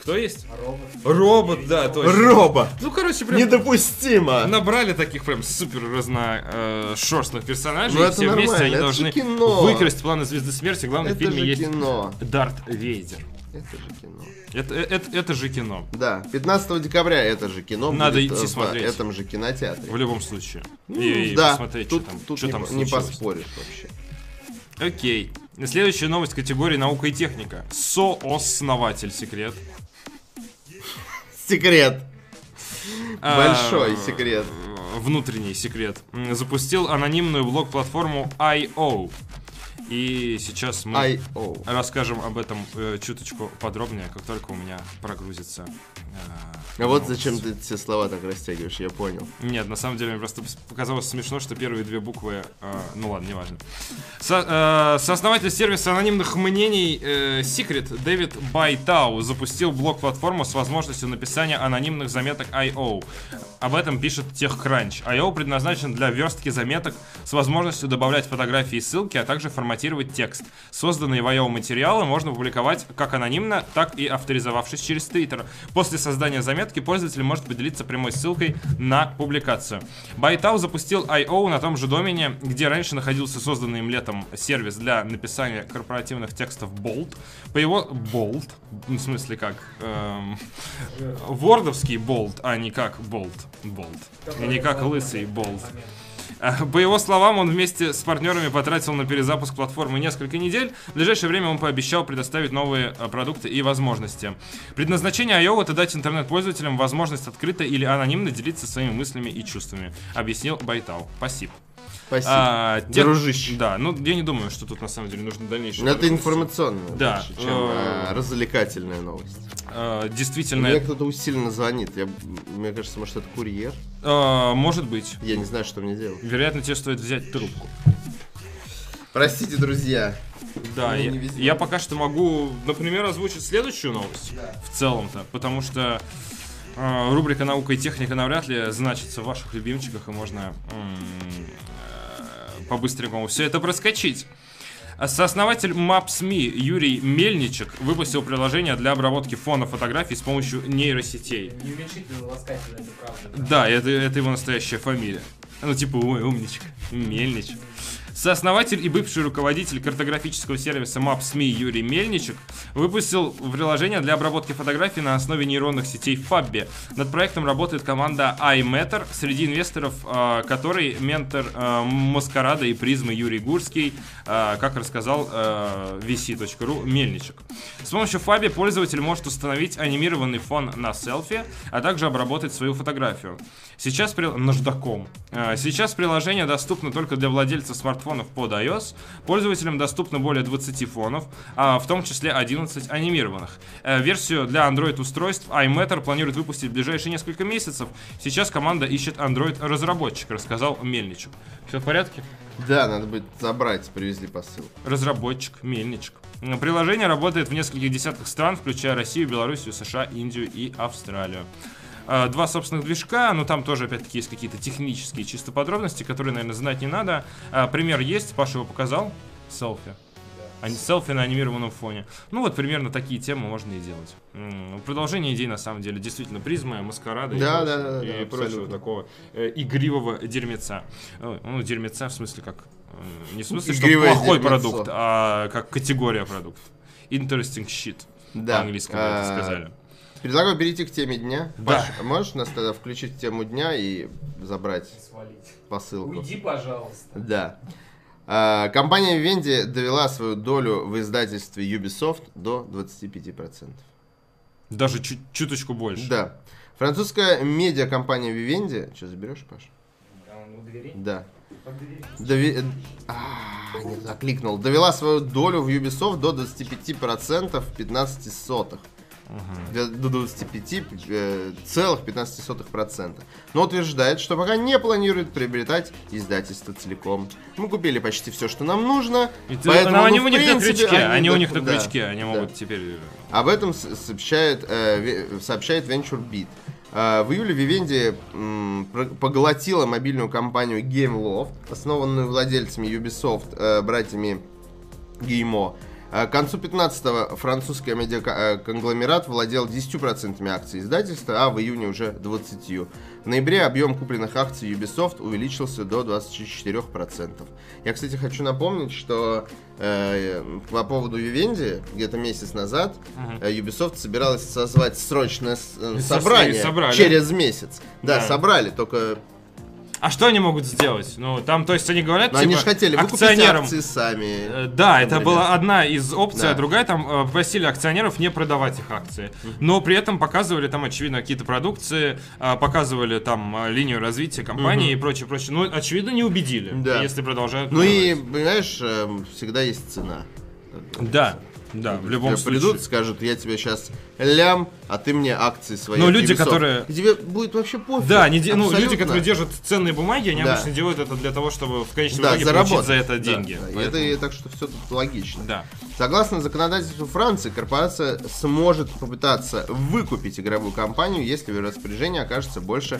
[SPEAKER 4] Кто есть?
[SPEAKER 3] Робот.
[SPEAKER 4] Робот, да, точно.
[SPEAKER 2] Роба!
[SPEAKER 4] Ну, короче, прям
[SPEAKER 2] Недопустимо!
[SPEAKER 4] набрали таких прям супер
[SPEAKER 1] э,
[SPEAKER 4] разношерстных персонажей,
[SPEAKER 2] Ну,
[SPEAKER 4] и
[SPEAKER 2] это
[SPEAKER 4] все вместе
[SPEAKER 2] нормально,
[SPEAKER 4] они
[SPEAKER 2] это же
[SPEAKER 4] должны
[SPEAKER 2] кино.
[SPEAKER 1] выкрасть планы Звезды Смерти. Главное, в
[SPEAKER 2] Это
[SPEAKER 1] фильме
[SPEAKER 2] же
[SPEAKER 1] есть
[SPEAKER 2] кино.
[SPEAKER 1] Дарт Вейдер.
[SPEAKER 2] Это же кино.
[SPEAKER 1] Это, э, это, это же кино.
[SPEAKER 2] Да, 15 декабря это же кино
[SPEAKER 1] Надо
[SPEAKER 2] будет,
[SPEAKER 1] идти
[SPEAKER 2] э, в
[SPEAKER 1] смотреть.
[SPEAKER 2] этом же кинотеатре.
[SPEAKER 1] В любом случае. И- и
[SPEAKER 2] Ну, да,
[SPEAKER 1] посмотреть,
[SPEAKER 2] тут,
[SPEAKER 1] что там,
[SPEAKER 2] тут
[SPEAKER 1] что
[SPEAKER 2] не,
[SPEAKER 1] там
[SPEAKER 2] по- не
[SPEAKER 1] случилось.
[SPEAKER 2] поспоришь вообще.
[SPEAKER 1] Окей. Следующая новость категории наука и техника. Сооснователь секрет.
[SPEAKER 2] Секрет.
[SPEAKER 1] А,
[SPEAKER 2] Большой секрет.
[SPEAKER 1] э, Внутренний секрет. М, Запустил анонимную блог-платформу I.O. И сейчас мы
[SPEAKER 2] I.O.
[SPEAKER 1] расскажем об этом э, чуточку подробнее, как только у меня прогрузится. э,
[SPEAKER 2] А вот
[SPEAKER 1] новость.
[SPEAKER 2] зачем ты все слова так растягиваешь, я понял.
[SPEAKER 1] Нет, на самом деле мне просто пс- показалось смешно, что первые две буквы... э, ну ладно, неважно. Со, э, сооснователь сервиса анонимных мнений э, Secret Дэвид Байтау запустил блог-платформу с возможностью написания анонимных заметок I.O. Об этом пишет TechCrunch. I.O. предназначен для верстки заметок с возможностью добавлять фотографии и ссылки, а также форматировать текст. Созданные в I.O. материалы можно публиковать как анонимно, так и авторизовавшись через Twitter. После создания заметки пользователь может поделиться прямой ссылкой на публикацию. Байтау запустил I.O. на том же домене, где раньше находился созданный им летом сервис для написания корпоративных текстов Bolt. По его... Bolt? Ну, В смысле как? эм, Вордовский Болт, а не как Болт. Болт. И не как лысый Болт. А, (laughs) По его словам, он вместе с партнерами потратил на перезапуск платформы несколько недель. В ближайшее время он пообещал предоставить новые а, продукты и возможности. Предназначение I.O. — это дать интернет-пользователям возможность открыто или анонимно делиться своими мыслями и чувствами, объяснил Байтау. Спасибо.
[SPEAKER 2] Спасибо.
[SPEAKER 1] А, тех-
[SPEAKER 2] Дружище.
[SPEAKER 1] Да, ну я не думаю, что тут на самом деле нужно дальнейшее.
[SPEAKER 2] Но это
[SPEAKER 1] подробности.
[SPEAKER 2] информационная
[SPEAKER 1] Да,
[SPEAKER 2] больше, чем
[SPEAKER 1] э,
[SPEAKER 2] э, развлекательная новость.
[SPEAKER 1] А, Действительно,
[SPEAKER 2] Мне кто-то усиленно звонит. Я, мне кажется, может, это курьер.
[SPEAKER 1] а, может быть.
[SPEAKER 2] Я не знаю, что мне делать.
[SPEAKER 1] Вероятно, тебе стоит взять трубку.
[SPEAKER 2] Простите, друзья.
[SPEAKER 1] Да,
[SPEAKER 2] Мне
[SPEAKER 1] я,
[SPEAKER 2] не везет.
[SPEAKER 1] я пока что могу, например, озвучить следующую новость в целом-то, потому что э, рубрика «Наука и техника» навряд ли значится в ваших любимчиках, и можно м, э, по-быстренькому все это проскочить. А Сооснователь Maps.me Юрий Мельничек выпустил приложение для обработки фона фотографий с помощью нейросетей.
[SPEAKER 3] Неуменьшительно ласкательно, это правда.
[SPEAKER 1] Да, это, это его настоящая фамилия. Ну, типа, ой, умничек, мельничек. Сооснователь и бывший руководитель картографического сервиса Maps.me Юрий Мельничек выпустил приложение для обработки фотографий на основе нейронных сетей Фабби. Над проектом работает команда iMatter, среди инвесторов э, которой ментор э, Маскарада и Призмы Юрий Гурский, э, как рассказал э, vc.ru Мельничек. С помощью Фаби пользователь может установить анимированный фон на селфи, а также обработать свою фотографию. Сейчас при... наждаком. Э, Сейчас приложение доступно только для владельцев смартфонов под iOS. Пользователям доступно более 20 фонов, а в том числе 11 анимированных. Э, Версию для Android-устройств iMatter планирует выпустить в ближайшие несколько месяцев. Сейчас команда ищет Android-разработчик, рассказал Мельничек. Все в порядке?
[SPEAKER 2] Да, надо будет забрать, привезли посылку.
[SPEAKER 1] разработчик, мельничек. М, Приложение работает в нескольких десятках стран, включая Россию, Белоруссию, США, Индию и Австралию. А, Два собственных движка, но там тоже опять-таки есть какие-то технические чисто подробности, которые, наверное, знать не надо. А, Пример есть, Паша его показал, селфи. А не селфи на анимированном фоне. Ну вот примерно такие темы можно и делать. М, Продолжение идей на самом деле действительно призмы, маскарады
[SPEAKER 2] Да,
[SPEAKER 1] и,
[SPEAKER 2] да,
[SPEAKER 1] прочего-
[SPEAKER 2] да, да,
[SPEAKER 1] и
[SPEAKER 2] да,
[SPEAKER 1] прочего
[SPEAKER 2] абсолютно.
[SPEAKER 1] такого э, игривого дерьмеца. Ой, Ну, дерьмеца в смысле как? э, Не в смысле, что
[SPEAKER 2] Игривое
[SPEAKER 1] плохой
[SPEAKER 2] дерьмецо.
[SPEAKER 1] продукт, а как категория продуктов. Interesting shit.
[SPEAKER 2] Да.
[SPEAKER 1] По-английски бы это
[SPEAKER 2] А,
[SPEAKER 1] сказали.
[SPEAKER 2] Предлагаю перейти к теме дня.
[SPEAKER 1] Да.
[SPEAKER 2] Паш, а можешь нас тогда включить в тему дня и забрать
[SPEAKER 3] Свалить.
[SPEAKER 2] посылку?
[SPEAKER 3] Уйди, пожалуйста.
[SPEAKER 2] Да. А, компания Венди довела свою долю в издательстве Ubisoft до 25%.
[SPEAKER 1] Даже чуть, чуточку больше.
[SPEAKER 2] Да. Французская медиакомпания Vivendi... Что, заберешь, Паш?
[SPEAKER 3] А он у двери.
[SPEAKER 2] Да.
[SPEAKER 3] Под дверью.
[SPEAKER 2] Дови- э, а, не туда кликнул. Довела свою долю в Ubisoft до 25% 15 сотых. Для- до э, 25,15%. Но утверждает, что пока не планирует приобретать издательство целиком. Мы купили почти все, что нам нужно.
[SPEAKER 1] И ты-
[SPEAKER 2] поэтому,
[SPEAKER 1] ну, они
[SPEAKER 2] ну,
[SPEAKER 1] у
[SPEAKER 2] в
[SPEAKER 1] них на
[SPEAKER 2] принципе,
[SPEAKER 1] крючке, они у
[SPEAKER 2] да-
[SPEAKER 1] них на
[SPEAKER 2] да,
[SPEAKER 1] крючке, они
[SPEAKER 2] да.
[SPEAKER 1] могут теперь... э,
[SPEAKER 2] Об этом с- сообщает, э, ве- сообщает VentureBeat. Э, В июле Vivendi м, про- поглотила мобильную компанию GameLoft, основанную владельцами Ubisoft, э, братьями Геймо. Э, К концу 15-го французский медиаконгломерат владел 10% акций издательства, а в июне уже 20%. В ноябре объем купленных акций Ubisoft увеличился до 24%. Я, кстати, хочу напомнить, что э, по поводу Ювенди, где-то месяц назад, э, Ubisoft собиралась созвать срочное с- э,
[SPEAKER 4] И сос-
[SPEAKER 2] собрание
[SPEAKER 4] и собрали.
[SPEAKER 2] через месяц. Да,
[SPEAKER 1] Да.
[SPEAKER 2] собрали, только
[SPEAKER 1] А что они могут сделать? Ну, там, то есть, они говорят,
[SPEAKER 2] но они
[SPEAKER 1] типа,
[SPEAKER 2] же хотели выкупить
[SPEAKER 1] акционерам...
[SPEAKER 2] акции сами.
[SPEAKER 1] Э, Да, это
[SPEAKER 2] Например.
[SPEAKER 1] была одна из опций,
[SPEAKER 2] Да.
[SPEAKER 1] а другая там э, попросили акционеров не продавать их акции. Но при этом показывали там, очевидно, какие-то продукции, а, показывали там а, линию развития компании и прочее, прочее. Ну, очевидно, не убедили,
[SPEAKER 2] Да.
[SPEAKER 1] если продолжают.
[SPEAKER 2] Ну и,
[SPEAKER 1] продавать.
[SPEAKER 2] понимаешь, эм, всегда есть цена.
[SPEAKER 1] Да, да, в любом
[SPEAKER 2] Тебе
[SPEAKER 1] случае.
[SPEAKER 2] придут, скажут, я тебе сейчас лям, а ты мне акции свои.
[SPEAKER 1] Но
[SPEAKER 2] от
[SPEAKER 1] Ну, люди,
[SPEAKER 2] Ubisoft».
[SPEAKER 1] которые-
[SPEAKER 2] И Тебе будет вообще пофиг.
[SPEAKER 1] Да, они де- ну, люди,
[SPEAKER 2] Абсолютно.
[SPEAKER 1] которые держат ценные бумаги, они
[SPEAKER 2] Да.
[SPEAKER 1] обычно делают это для того, чтобы в конечном
[SPEAKER 2] да,
[SPEAKER 1] итоге
[SPEAKER 2] заработать
[SPEAKER 1] получить за это
[SPEAKER 2] Да,
[SPEAKER 1] деньги.
[SPEAKER 2] да. И
[SPEAKER 1] Поэтому-
[SPEAKER 2] Это и так что все тут логично.
[SPEAKER 1] Да.
[SPEAKER 2] Согласно законодательству Франции, корпорация сможет попытаться выкупить игровую компанию, если в ее распоряжении окажется больше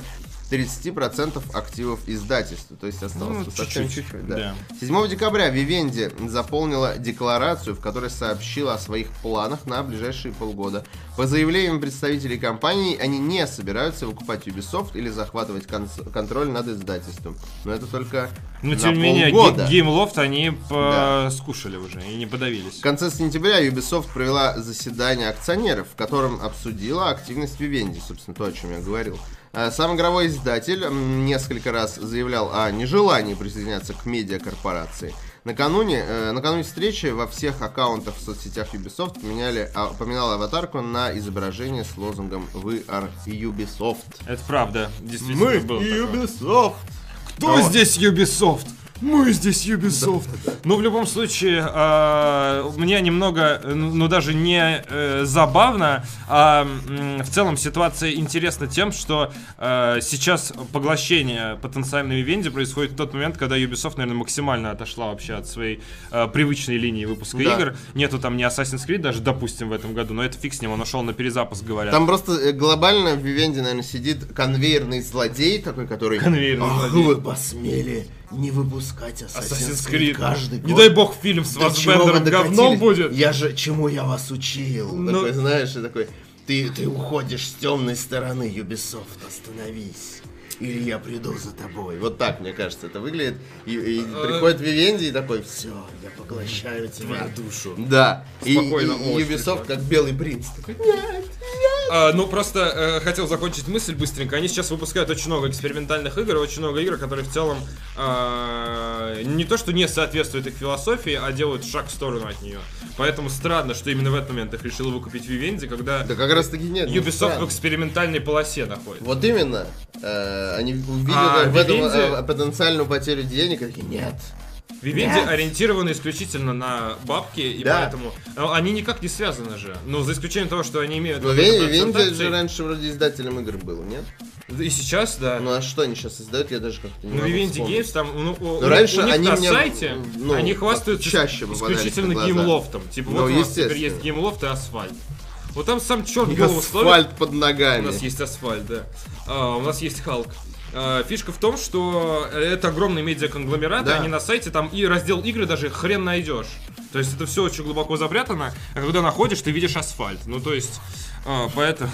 [SPEAKER 2] 30% активов издательства. То есть
[SPEAKER 1] Ну,
[SPEAKER 2] осталось совсем
[SPEAKER 1] чуть-чуть,
[SPEAKER 2] чуть-чуть. да.
[SPEAKER 1] да.
[SPEAKER 2] 7 декабря Вивенди заполнила декларацию, в которой сообщила о своих планах на ближайшие полгода. По заявлениям представителей компании, они не собираются выкупать Ubisoft или захватывать конс- контроль над издательством. Но это только
[SPEAKER 1] Но
[SPEAKER 2] на
[SPEAKER 1] тем не менее,
[SPEAKER 2] полгода.
[SPEAKER 1] Ге- геймлофт они
[SPEAKER 2] Да.
[SPEAKER 1] э, скушали уже и не подавились.
[SPEAKER 2] В конце сентября Ubisoft провела заседание акционеров, в котором обсудила активность Vivendi, собственно, то, о чем я говорил. Э, Сам игровой издатель м, несколько раз заявлял о нежелании присоединяться к медиакорпорации. Накануне, э, накануне встречи во всех аккаунтах в соцсетях Ubisoft поменяли, а, поменяла аватарку на изображение с лозунгом «We are Ubisoft».
[SPEAKER 1] Это правда, действительно было такое.
[SPEAKER 2] Ubisoft!
[SPEAKER 1] Кто здесь Ubisoft? Мы здесь Ubisoft. Но в любом случае, э, мне немного, э, ну даже не э, забавно, а м, в целом ситуация интересна тем, что э, сейчас поглощение потенциальной Венди происходит в тот момент, когда Ubisoft, наверное, максимально отошла вообще от своей э, привычной линии выпуска
[SPEAKER 2] Да.
[SPEAKER 1] игр. Нету там ни Assassin's Creed даже, допустим, в этом году, но это фиг с ним, он ушел на перезапуск, говорят.
[SPEAKER 2] Там просто э, глобально в Вивенде, наверное, сидит конвейерный злодей такой, который...
[SPEAKER 1] Конвейерный
[SPEAKER 2] «Ах,
[SPEAKER 1] злодей».
[SPEAKER 2] вы посмели не выпускать Assassin's
[SPEAKER 4] Assassin's
[SPEAKER 2] Creed
[SPEAKER 4] Creed.
[SPEAKER 2] каждый год.
[SPEAKER 4] Не дай бог фильм с
[SPEAKER 2] До чего вы
[SPEAKER 4] Васбендером говном
[SPEAKER 2] докатились?
[SPEAKER 4] будет.
[SPEAKER 2] Я же, чему я вас учил?
[SPEAKER 4] Ну-
[SPEAKER 2] Такой, знаешь, и такой, ты, ты уходишь с темной стороны, Ubisoft, остановись. Или я приду за тобой. Вот так, мне кажется, это выглядит. И, и
[SPEAKER 4] Э.
[SPEAKER 2] приходит Вивенди и такой, все, я поглощаю тебя.
[SPEAKER 4] душу.
[SPEAKER 2] Да. И,
[SPEAKER 4] Спокойно,
[SPEAKER 2] и- и
[SPEAKER 4] очень
[SPEAKER 2] Ubisoft как белый принц. Такой,
[SPEAKER 4] А, ну просто э, хотел закончить мысль быстренько. Они сейчас выпускают очень много экспериментальных игр, и очень много игр, которые в целом а, не то что не соответствуют их философии, а делают шаг в сторону от нее. Поэтому странно, что именно в этот момент их решила выкупить Vivendi, когда
[SPEAKER 2] Да как раз таки нет. не
[SPEAKER 4] Ubisoft
[SPEAKER 2] странно.
[SPEAKER 4] в экспериментальной полосе находится.
[SPEAKER 2] Вот именно. Э, они увидели
[SPEAKER 4] А,
[SPEAKER 2] в этом
[SPEAKER 4] Vivendi-
[SPEAKER 2] э, потенциальную потерю денег и такие, нет.
[SPEAKER 4] Vivendi ориентированы исключительно на бабки, и
[SPEAKER 2] Да.
[SPEAKER 4] поэтому э, они никак не связаны же. Ну, за исключением того, что они
[SPEAKER 1] Ну,
[SPEAKER 4] имеют...
[SPEAKER 2] Но
[SPEAKER 4] какой-то
[SPEAKER 2] Ви- Vivendi
[SPEAKER 4] процент
[SPEAKER 2] Ну, же
[SPEAKER 4] акций.
[SPEAKER 2] раньше вроде издателем игр был, нет?
[SPEAKER 4] И сейчас, да.
[SPEAKER 2] Ну а что они сейчас издают, я даже как-то не
[SPEAKER 4] Ну,
[SPEAKER 2] могу
[SPEAKER 4] Vivendi
[SPEAKER 2] вспомнить.
[SPEAKER 4] Games там, ну, у,
[SPEAKER 2] Но
[SPEAKER 4] у-
[SPEAKER 2] раньше
[SPEAKER 4] у них
[SPEAKER 2] они
[SPEAKER 4] на
[SPEAKER 2] мне,
[SPEAKER 4] сайте,
[SPEAKER 2] ну,
[SPEAKER 4] они хвастаются
[SPEAKER 2] чаще попадались на
[SPEAKER 4] исключительно
[SPEAKER 2] глаза.
[SPEAKER 4] геймлофтом. Типа,
[SPEAKER 2] Ну,
[SPEAKER 4] вот у нас теперь
[SPEAKER 2] естественно.
[SPEAKER 4] есть геймлофт и асфальт. Вот там сам черт
[SPEAKER 2] И
[SPEAKER 4] голову сломит.
[SPEAKER 2] Асфальт под
[SPEAKER 4] У
[SPEAKER 2] ногами.
[SPEAKER 4] нас есть асфальт, да. А, у нас есть Халк. А, Фишка в том, что это огромный медиаконгломерат,
[SPEAKER 2] Да.
[SPEAKER 4] и они на сайте там и раздел игры даже хрен найдешь. То есть это все очень глубоко запрятано, а когда находишь, ты видишь асфальт. Ну то есть, а, поэтому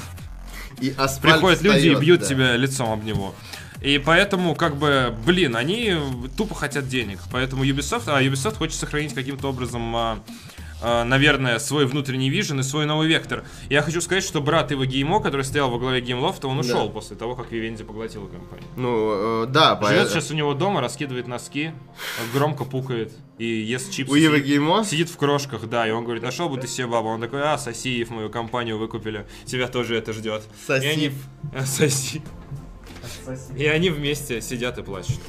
[SPEAKER 2] И асфальт
[SPEAKER 1] приходят люди и
[SPEAKER 2] встаёт,
[SPEAKER 1] бьют
[SPEAKER 2] да.
[SPEAKER 1] тебя лицом об него. И поэтому, как бы, блин, они тупо хотят денег. Поэтому Ubisoft, а Ubisoft хочет сохранить каким-то образом, а, а, наверное, свой внутренний вижен и свой новый вектор. Я хочу сказать, что брат его Геймо, который стоял во главе Геймлофта, он ушел после того, как Vivendi поглотила компанию.
[SPEAKER 2] Ну, э, да,
[SPEAKER 1] Живет
[SPEAKER 2] поэ-
[SPEAKER 1] сейчас у него дома, раскидывает носки, громко пукает и ест чипсы.
[SPEAKER 2] У Ивы
[SPEAKER 1] сидит-
[SPEAKER 2] Геймо?
[SPEAKER 1] Сидит в крошках, да, и он говорит, нашел бы ты себе бабу. Он такой, а, Сосиев, мою компанию выкупили, тебя тоже это ждет. И
[SPEAKER 2] Сосиев.
[SPEAKER 1] (laughs) они- Сосиев.
[SPEAKER 3] Соси.
[SPEAKER 4] И они вместе сидят и плачут.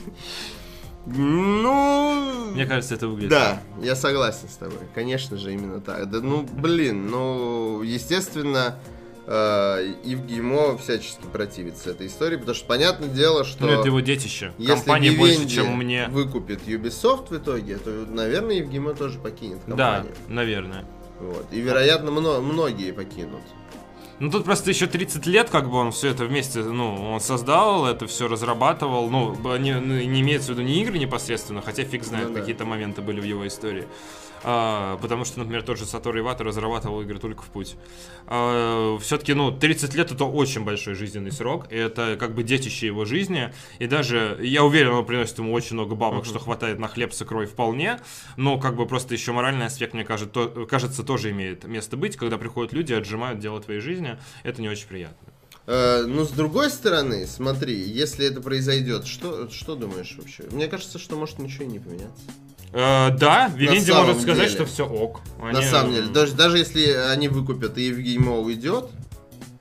[SPEAKER 2] Ну...
[SPEAKER 1] Мне кажется, это выглядит.
[SPEAKER 2] Да, я согласен с тобой. Конечно же, именно так. Да ну, блин, ну, естественно, э, Евгимо всячески противится этой истории, потому что понятное дело, что...
[SPEAKER 1] Ну, это его детище.
[SPEAKER 2] Если
[SPEAKER 1] Компания больше,
[SPEAKER 2] Vivendi
[SPEAKER 1] чем мне.
[SPEAKER 2] выкупит Ubisoft в итоге, то, наверное, Евгимо тоже покинет
[SPEAKER 1] Да,
[SPEAKER 2] компанию.
[SPEAKER 1] наверное.
[SPEAKER 2] Вот. И, вероятно, мно- многие покинут.
[SPEAKER 1] Ну тут просто еще 30 лет, как бы он все это вместе, ну, он создал, это все разрабатывал. Ну, б- не, ну, не имеется в виду не игры непосредственно, хотя фиг знает,
[SPEAKER 2] Ну да.
[SPEAKER 1] какие-то моменты были в его истории. А, потому что, например, тот же Сатору Ивата разрабатывал игры только в путь. Все-таки, ну, 30 лет это очень большой жизненный срок, и это как бы детище его жизни. И даже, я уверен, он приносит ему очень много бабок, что хватает на хлеб с икрой вполне, но как бы просто еще моральный аспект, мне кажется, то- кажется, тоже имеет место быть, когда приходят люди и отжимают дело твоей жизни, это не очень приятно.
[SPEAKER 2] Э, но с другой стороны, смотри, если это произойдет, что, что думаешь вообще? Мне кажется, что может ничего и не поменяться.
[SPEAKER 1] Э, да, Вивенди
[SPEAKER 2] самом
[SPEAKER 1] может сказать,
[SPEAKER 2] деле.
[SPEAKER 1] что все ок.
[SPEAKER 2] На
[SPEAKER 1] Они,
[SPEAKER 2] самом деле,
[SPEAKER 1] м,
[SPEAKER 2] даже, даже если они выкупят и Евгеймо уйдет,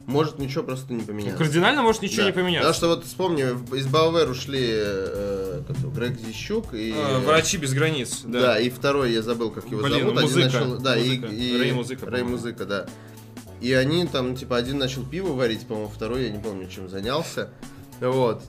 [SPEAKER 2] может ничего просто не поменяться.
[SPEAKER 1] Кардинально может ничего
[SPEAKER 2] Да.
[SPEAKER 1] не
[SPEAKER 2] Потому
[SPEAKER 1] поменяться.
[SPEAKER 2] что вот вспомни, в- из BioWare ушли э, как его, Грег Зищук и...
[SPEAKER 4] Э, Врачи без границ.
[SPEAKER 2] Да. и второй, я забыл, как его
[SPEAKER 4] Блин, ну
[SPEAKER 2] зовут.
[SPEAKER 4] Музыка.
[SPEAKER 2] да, и-
[SPEAKER 4] Музыка.
[SPEAKER 2] и,
[SPEAKER 4] Рэй Музыка,
[SPEAKER 2] Рэй
[SPEAKER 4] по-моему.
[SPEAKER 2] Музыка, да. И они там, типа, один начал пиво варить, по-моему, второй, я не помню, чем занялся. Вот.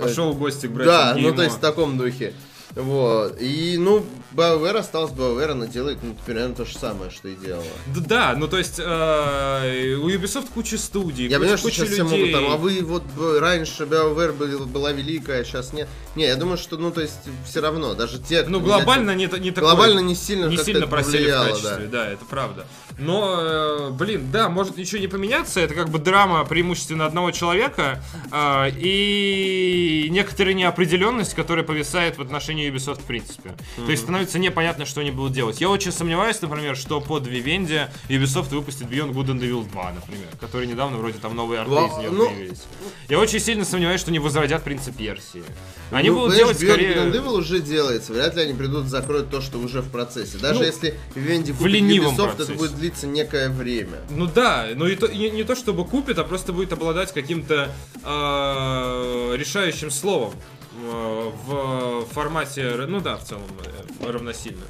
[SPEAKER 4] Пошел в гости к братьям
[SPEAKER 2] э, Да, ну
[SPEAKER 4] Гейму.
[SPEAKER 2] то есть в таком духе. Вот. И, ну, BioWare осталось BioWare, она делает, ну, примерно то же самое, что и делала.
[SPEAKER 4] Да, да, ну то есть э, у Ubisoft куча студий,
[SPEAKER 2] Я
[SPEAKER 4] куча,
[SPEAKER 2] понимаю, что
[SPEAKER 4] куча
[SPEAKER 2] сейчас
[SPEAKER 4] людей.
[SPEAKER 2] все могут там, а вы вот б- раньше BioWare был- была великая, а сейчас нет. Не, я думаю, что, ну, то есть, все равно, даже те... кто
[SPEAKER 4] Ну
[SPEAKER 2] не
[SPEAKER 4] глобально не, та- не
[SPEAKER 2] готов-
[SPEAKER 4] такое.
[SPEAKER 2] глобально не сильно
[SPEAKER 4] не
[SPEAKER 2] как-то
[SPEAKER 4] сильно
[SPEAKER 2] это
[SPEAKER 4] просели в
[SPEAKER 2] повлияло, Ну,
[SPEAKER 4] качестве, да. это правда. Но, э, блин, да, может ничего не поменяться, это как бы драма преимущественно одного человека э, и некоторая неопределенность, которая повисает в отношении Ubisoft в принципе. То есть становится непонятно, что они будут делать. Я очень сомневаюсь, например, что под Vivendi Ubisoft выпустит Beyond Good and Evil 2, например, который недавно вроде там новые арты
[SPEAKER 2] Ну,
[SPEAKER 4] из нее
[SPEAKER 2] ну,
[SPEAKER 4] появились. Я очень сильно сомневаюсь, что они возродят принцип Персии. Они
[SPEAKER 2] Ну,
[SPEAKER 4] будут делать
[SPEAKER 2] понимаешь, Beyond
[SPEAKER 4] скорее...
[SPEAKER 2] Good and Evil уже делается, вряд ли они придут закроют то, что уже в процессе. Даже
[SPEAKER 4] Ну,
[SPEAKER 2] если Vivendi
[SPEAKER 1] в
[SPEAKER 2] купит
[SPEAKER 1] ленивом
[SPEAKER 2] Ubisoft, это
[SPEAKER 1] процессе.
[SPEAKER 2] будет длиться некое время.
[SPEAKER 4] Ну да, но и то- и не, не то чтобы купит, а просто будет обладать каким-то э, решающим словом э, в формате, ну да, в целом э, равносильно.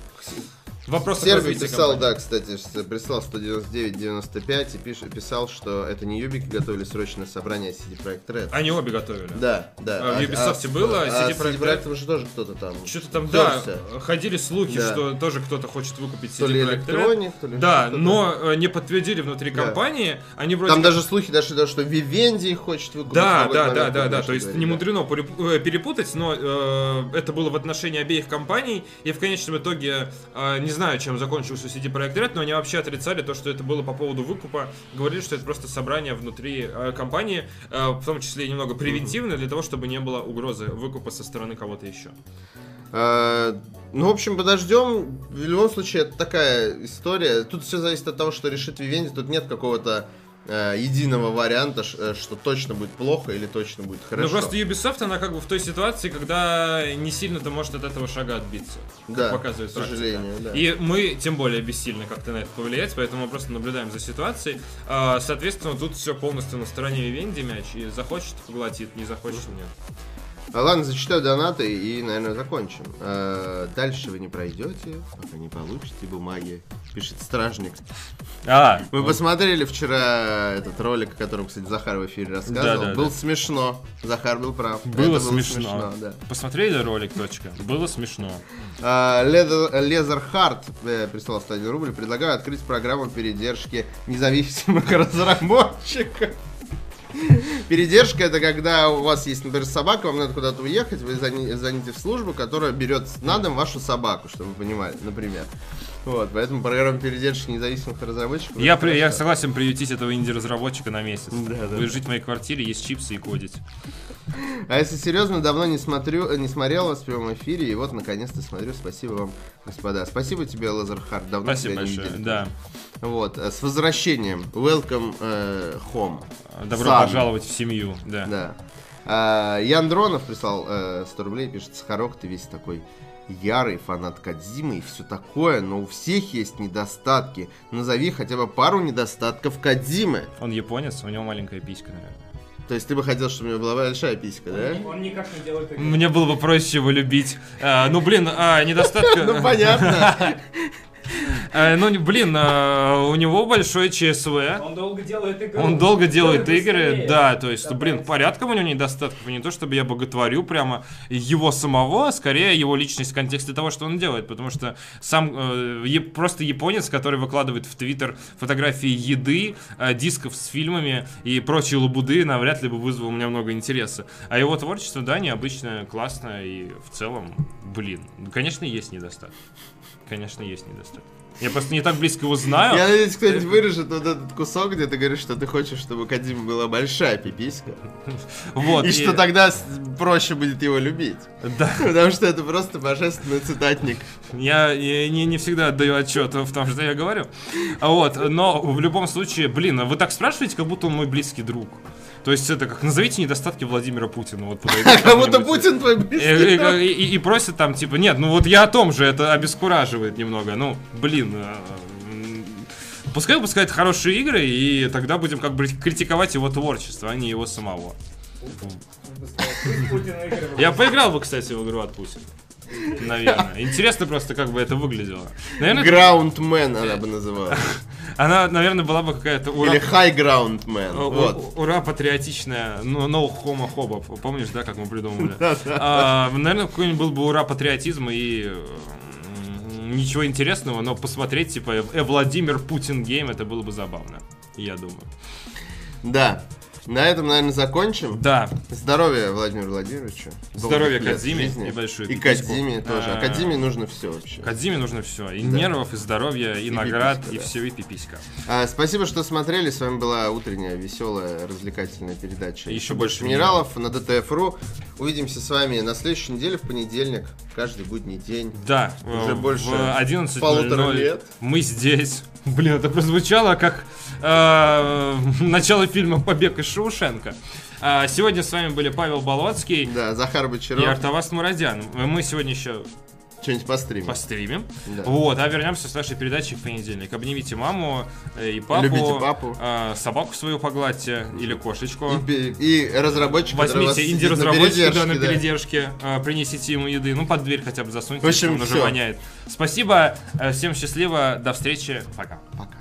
[SPEAKER 4] Вопрос
[SPEAKER 2] Сервий писал, да, кстати, с- прислал 199.95 и пишет, писал, что это не Юбики готовили срочное собрание CD Projekt Red.
[SPEAKER 4] Они обе готовили.
[SPEAKER 2] Да, да.
[SPEAKER 4] А в Ubisoft было, а
[SPEAKER 2] а
[SPEAKER 4] CD
[SPEAKER 2] с
[SPEAKER 4] Projekt
[SPEAKER 2] CD Projekt же тоже кто-то там.
[SPEAKER 4] Что-то там,
[SPEAKER 2] Терся.
[SPEAKER 4] да, ходили слухи,
[SPEAKER 2] Да.
[SPEAKER 4] что тоже кто-то хочет выкупить
[SPEAKER 2] То ли
[SPEAKER 4] CD Projekt Red.
[SPEAKER 2] электроник, то ли
[SPEAKER 4] Да,
[SPEAKER 2] что-то.
[SPEAKER 4] но э, не подтвердили внутри
[SPEAKER 2] Да.
[SPEAKER 4] компании. Они вроде
[SPEAKER 2] Там
[SPEAKER 4] как-
[SPEAKER 2] даже слухи дошли до того, что Вивенди хочет выкупить. в
[SPEAKER 4] Да,
[SPEAKER 2] какой-то
[SPEAKER 4] да,
[SPEAKER 2] момент,
[SPEAKER 4] да, да, да.
[SPEAKER 2] конечно,
[SPEAKER 4] То есть
[SPEAKER 2] говорили,
[SPEAKER 4] не
[SPEAKER 2] да.
[SPEAKER 4] мудрено переп- э, перепутать, но э, это было в отношении обеих компаний. И в конечном итоге э, не знаю, чем закончился CD Projekt Red, но они вообще отрицали то, что это было по поводу выкупа. Говорили, что это просто собрание внутри э, компании, э, в том числе и немного превентивно, для того, чтобы не было угрозы выкупа со стороны кого-то еще.
[SPEAKER 2] А, Ну, в общем, подождем. В любом случае, это такая история. Тут все зависит от того, что решит Вивенди. Тут нет какого-то э, единого варианта, ш- э, что точно будет плохо или точно будет
[SPEAKER 4] Ну
[SPEAKER 2] хорошо.
[SPEAKER 4] просто Ubisoft, она как бы в той ситуации, когда не сильно-то может от этого шага отбиться. как
[SPEAKER 2] да,
[SPEAKER 4] показывает
[SPEAKER 2] к
[SPEAKER 4] практика.
[SPEAKER 2] сожалению, да.
[SPEAKER 4] И мы тем более бессильно как-то на это повлиять, поэтому мы просто наблюдаем за ситуацией. А, Соответственно, тут все полностью на стороне Венди мяч. И захочет поглотит, не захочет нет.
[SPEAKER 2] А, Ладно, зачитаю донаты и, наверное, закончим. Э, Дальше вы не пройдете, пока не получите бумаги, пишет стражник.
[SPEAKER 1] А,
[SPEAKER 2] Мы посмотрели вчера этот ролик, о котором, кстати, Захар в эфире рассказывал.
[SPEAKER 1] Да, да,
[SPEAKER 2] Было
[SPEAKER 1] да.
[SPEAKER 2] смешно. Захар был прав.
[SPEAKER 1] Было
[SPEAKER 2] Это
[SPEAKER 1] смешно.
[SPEAKER 2] да.
[SPEAKER 1] посмотрели ролик, точка? Было смешно.
[SPEAKER 2] А, Лезер Лезерхард э, прислал 101 рубль. Предлагаю открыть программу передержки независимых (laughs) разработчиков. Передержка это когда у вас есть, например, собака, вам надо куда-то уехать, вы звони- звоните в службу, которая берет на дом вашу собаку, чтобы вы понимали, например. Вот, поэтому программа передержки независимых разработчиков.
[SPEAKER 1] Я,
[SPEAKER 2] это
[SPEAKER 1] при- я
[SPEAKER 2] хорошо.
[SPEAKER 1] согласен приютить этого инди-разработчика на месяц.
[SPEAKER 2] Да, да,
[SPEAKER 1] Будет
[SPEAKER 2] да.
[SPEAKER 1] жить в моей квартире, есть чипсы и кодить.
[SPEAKER 2] А если серьезно, давно не смотрю, э, не смотрел вас в прямом эфире, и вот наконец-то смотрю. Спасибо вам, господа. Спасибо тебе, Лазерхард. Давно
[SPEAKER 1] Спасибо
[SPEAKER 2] тебя не
[SPEAKER 1] большое.
[SPEAKER 2] видели.
[SPEAKER 1] Да.
[SPEAKER 2] Вот, э, с возвращением. Welcome э, home.
[SPEAKER 1] Добро
[SPEAKER 2] Сам.
[SPEAKER 1] пожаловать в семью. Да.
[SPEAKER 2] Да. А, Ян Дронов прислал э, 100 рублей, пишет, Сахарок, ты весь такой ярый фанат Кадзимы и все такое, но у всех есть недостатки. Назови хотя бы пару недостатков Кадзимы.
[SPEAKER 1] Он японец, у него маленькая писька, наверное.
[SPEAKER 2] То есть ты бы хотел, чтобы у меня была большая писька, да?
[SPEAKER 3] Он никак не делает игры.
[SPEAKER 1] Мне было бы проще его любить. А, ну, блин, а, недостатка...
[SPEAKER 2] (laughs) Ну понятно.
[SPEAKER 1] Э, ну, не- блин, а, у него большой ЧСВ.
[SPEAKER 3] Он долго делает игры.
[SPEAKER 1] Он долго делает игры,
[SPEAKER 3] быстрее.
[SPEAKER 1] да, то есть, блин,
[SPEAKER 3] Давайте.
[SPEAKER 1] порядком у него недостатков, и не то, чтобы я боготворю прямо его самого, а скорее его личность в контексте того, что он делает, потому что сам э, я- просто японец, который выкладывает в Твиттер фотографии еды, э, дисков с фильмами и прочие лабуды, навряд ли бы вызвал у меня много интереса. А его творчество, да, необычное, классное и в целом, блин, ну, конечно, есть недостатки. Конечно, есть недостатки. Я просто не так близко его знаю.
[SPEAKER 2] Я надеюсь, кто-нибудь вырежет вот этот кусок, где ты говоришь, что ты хочешь, чтобы Кадим была большая пиписька.
[SPEAKER 1] Вот,
[SPEAKER 2] И
[SPEAKER 1] и-
[SPEAKER 2] что тогда с- проще будет его любить.
[SPEAKER 1] Да.
[SPEAKER 2] (laughs) Потому что это просто божественный
[SPEAKER 1] (laughs)
[SPEAKER 2] цитатник.
[SPEAKER 1] Я, я не, не всегда отдаю отчет в том, что я говорю. А Вот, но в любом случае, блин, а вы так спрашиваете, как будто он мой близкий друг. То есть это как назовите недостатки Владимира Путина. Вот
[SPEAKER 2] (laughs)
[SPEAKER 1] подойдет
[SPEAKER 2] Как будто
[SPEAKER 1] какой-нибудь-
[SPEAKER 2] А Путин твой
[SPEAKER 1] И,
[SPEAKER 2] близкий друг.
[SPEAKER 1] Э, и- и- и просит там, типа, нет, ну вот я о том же, это обескураживает немного. Ну, блин, э, м, пускай выпускает хорошие игры, и тогда будем как бы критиковать его творчество, а не его самого.
[SPEAKER 3] Путин игры.
[SPEAKER 1] Я поиграл бы, кстати, в игру от Путина. Наверное. Интересно просто, как бы это выглядело. Наверное,
[SPEAKER 2] Граундмен
[SPEAKER 1] Э.
[SPEAKER 2] она
[SPEAKER 1] (laughs)
[SPEAKER 2] бы называлась.
[SPEAKER 1] Она, наверное, была бы какая-то ура, э,
[SPEAKER 2] Или High Ground Man.
[SPEAKER 1] у- у-
[SPEAKER 2] Вот.
[SPEAKER 1] ура патриотичная, ну, no homo hobo, помнишь, да, как мы придумывали? А, Наверное, какой-нибудь был бы ура патриотизм и м, ничего интересного, но посмотреть, типа, э, Владимир Путин гейм, это было бы забавно, я думаю.
[SPEAKER 2] Да. На этом, наверное, закончим.
[SPEAKER 1] Да,
[SPEAKER 2] Здоровья Владимиру Владимировичу.
[SPEAKER 1] Здоровья
[SPEAKER 2] Долгих лет
[SPEAKER 1] Кадзиме
[SPEAKER 2] жизни.
[SPEAKER 1] и большую
[SPEAKER 2] И
[SPEAKER 1] пипиську.
[SPEAKER 2] Кадзиме тоже. А
[SPEAKER 1] А.
[SPEAKER 2] Кадзиме нужно все вообще.
[SPEAKER 1] Кадзиме нужно все, и
[SPEAKER 2] Да.
[SPEAKER 1] нервов, и здоровья, и, наград,
[SPEAKER 2] пиписька,
[SPEAKER 1] и
[SPEAKER 2] да.
[SPEAKER 1] все, и пиписька.
[SPEAKER 2] А, спасибо, что смотрели. С вами была утренняя веселая развлекательная передача.
[SPEAKER 1] Еще больше
[SPEAKER 2] минералов на ДТФ.ру. Увидимся с вами на следующей неделе в понедельник, каждый будний день.
[SPEAKER 1] Да,
[SPEAKER 2] Уже
[SPEAKER 1] э,
[SPEAKER 2] больше
[SPEAKER 1] в 11.00
[SPEAKER 2] полутора лет.
[SPEAKER 1] мы здесь. (laughs) Блин, это прозвучало как э, начало фильма «Побег из Шоушенка». А, сегодня с вами были Павел Болоцкий
[SPEAKER 2] Да, Захар
[SPEAKER 1] и
[SPEAKER 2] Бочаров.
[SPEAKER 1] Артавас Мурадян. Э, Мы сегодня еще
[SPEAKER 2] Что-нибудь постримим.
[SPEAKER 1] постримим.
[SPEAKER 2] Да.
[SPEAKER 1] Вот, а вернемся с нашей передачи в понедельник. Обнимите маму э, и папу.
[SPEAKER 2] Любите папу.
[SPEAKER 1] э, собаку свою погладьте или кошечку.
[SPEAKER 2] И, пе- и разработчики, которые вас
[SPEAKER 1] Возьмите
[SPEAKER 2] сидят
[SPEAKER 1] инди-разработчика да,
[SPEAKER 2] на
[SPEAKER 1] на
[SPEAKER 2] передержке, да.
[SPEAKER 1] передержке, э, принесите ему еды, ну под дверь хотя бы засуньте,
[SPEAKER 2] В общем,
[SPEAKER 1] он уже
[SPEAKER 2] всё.
[SPEAKER 1] воняет. Спасибо, э, всем счастливо, до встречи, пока.
[SPEAKER 2] Пока.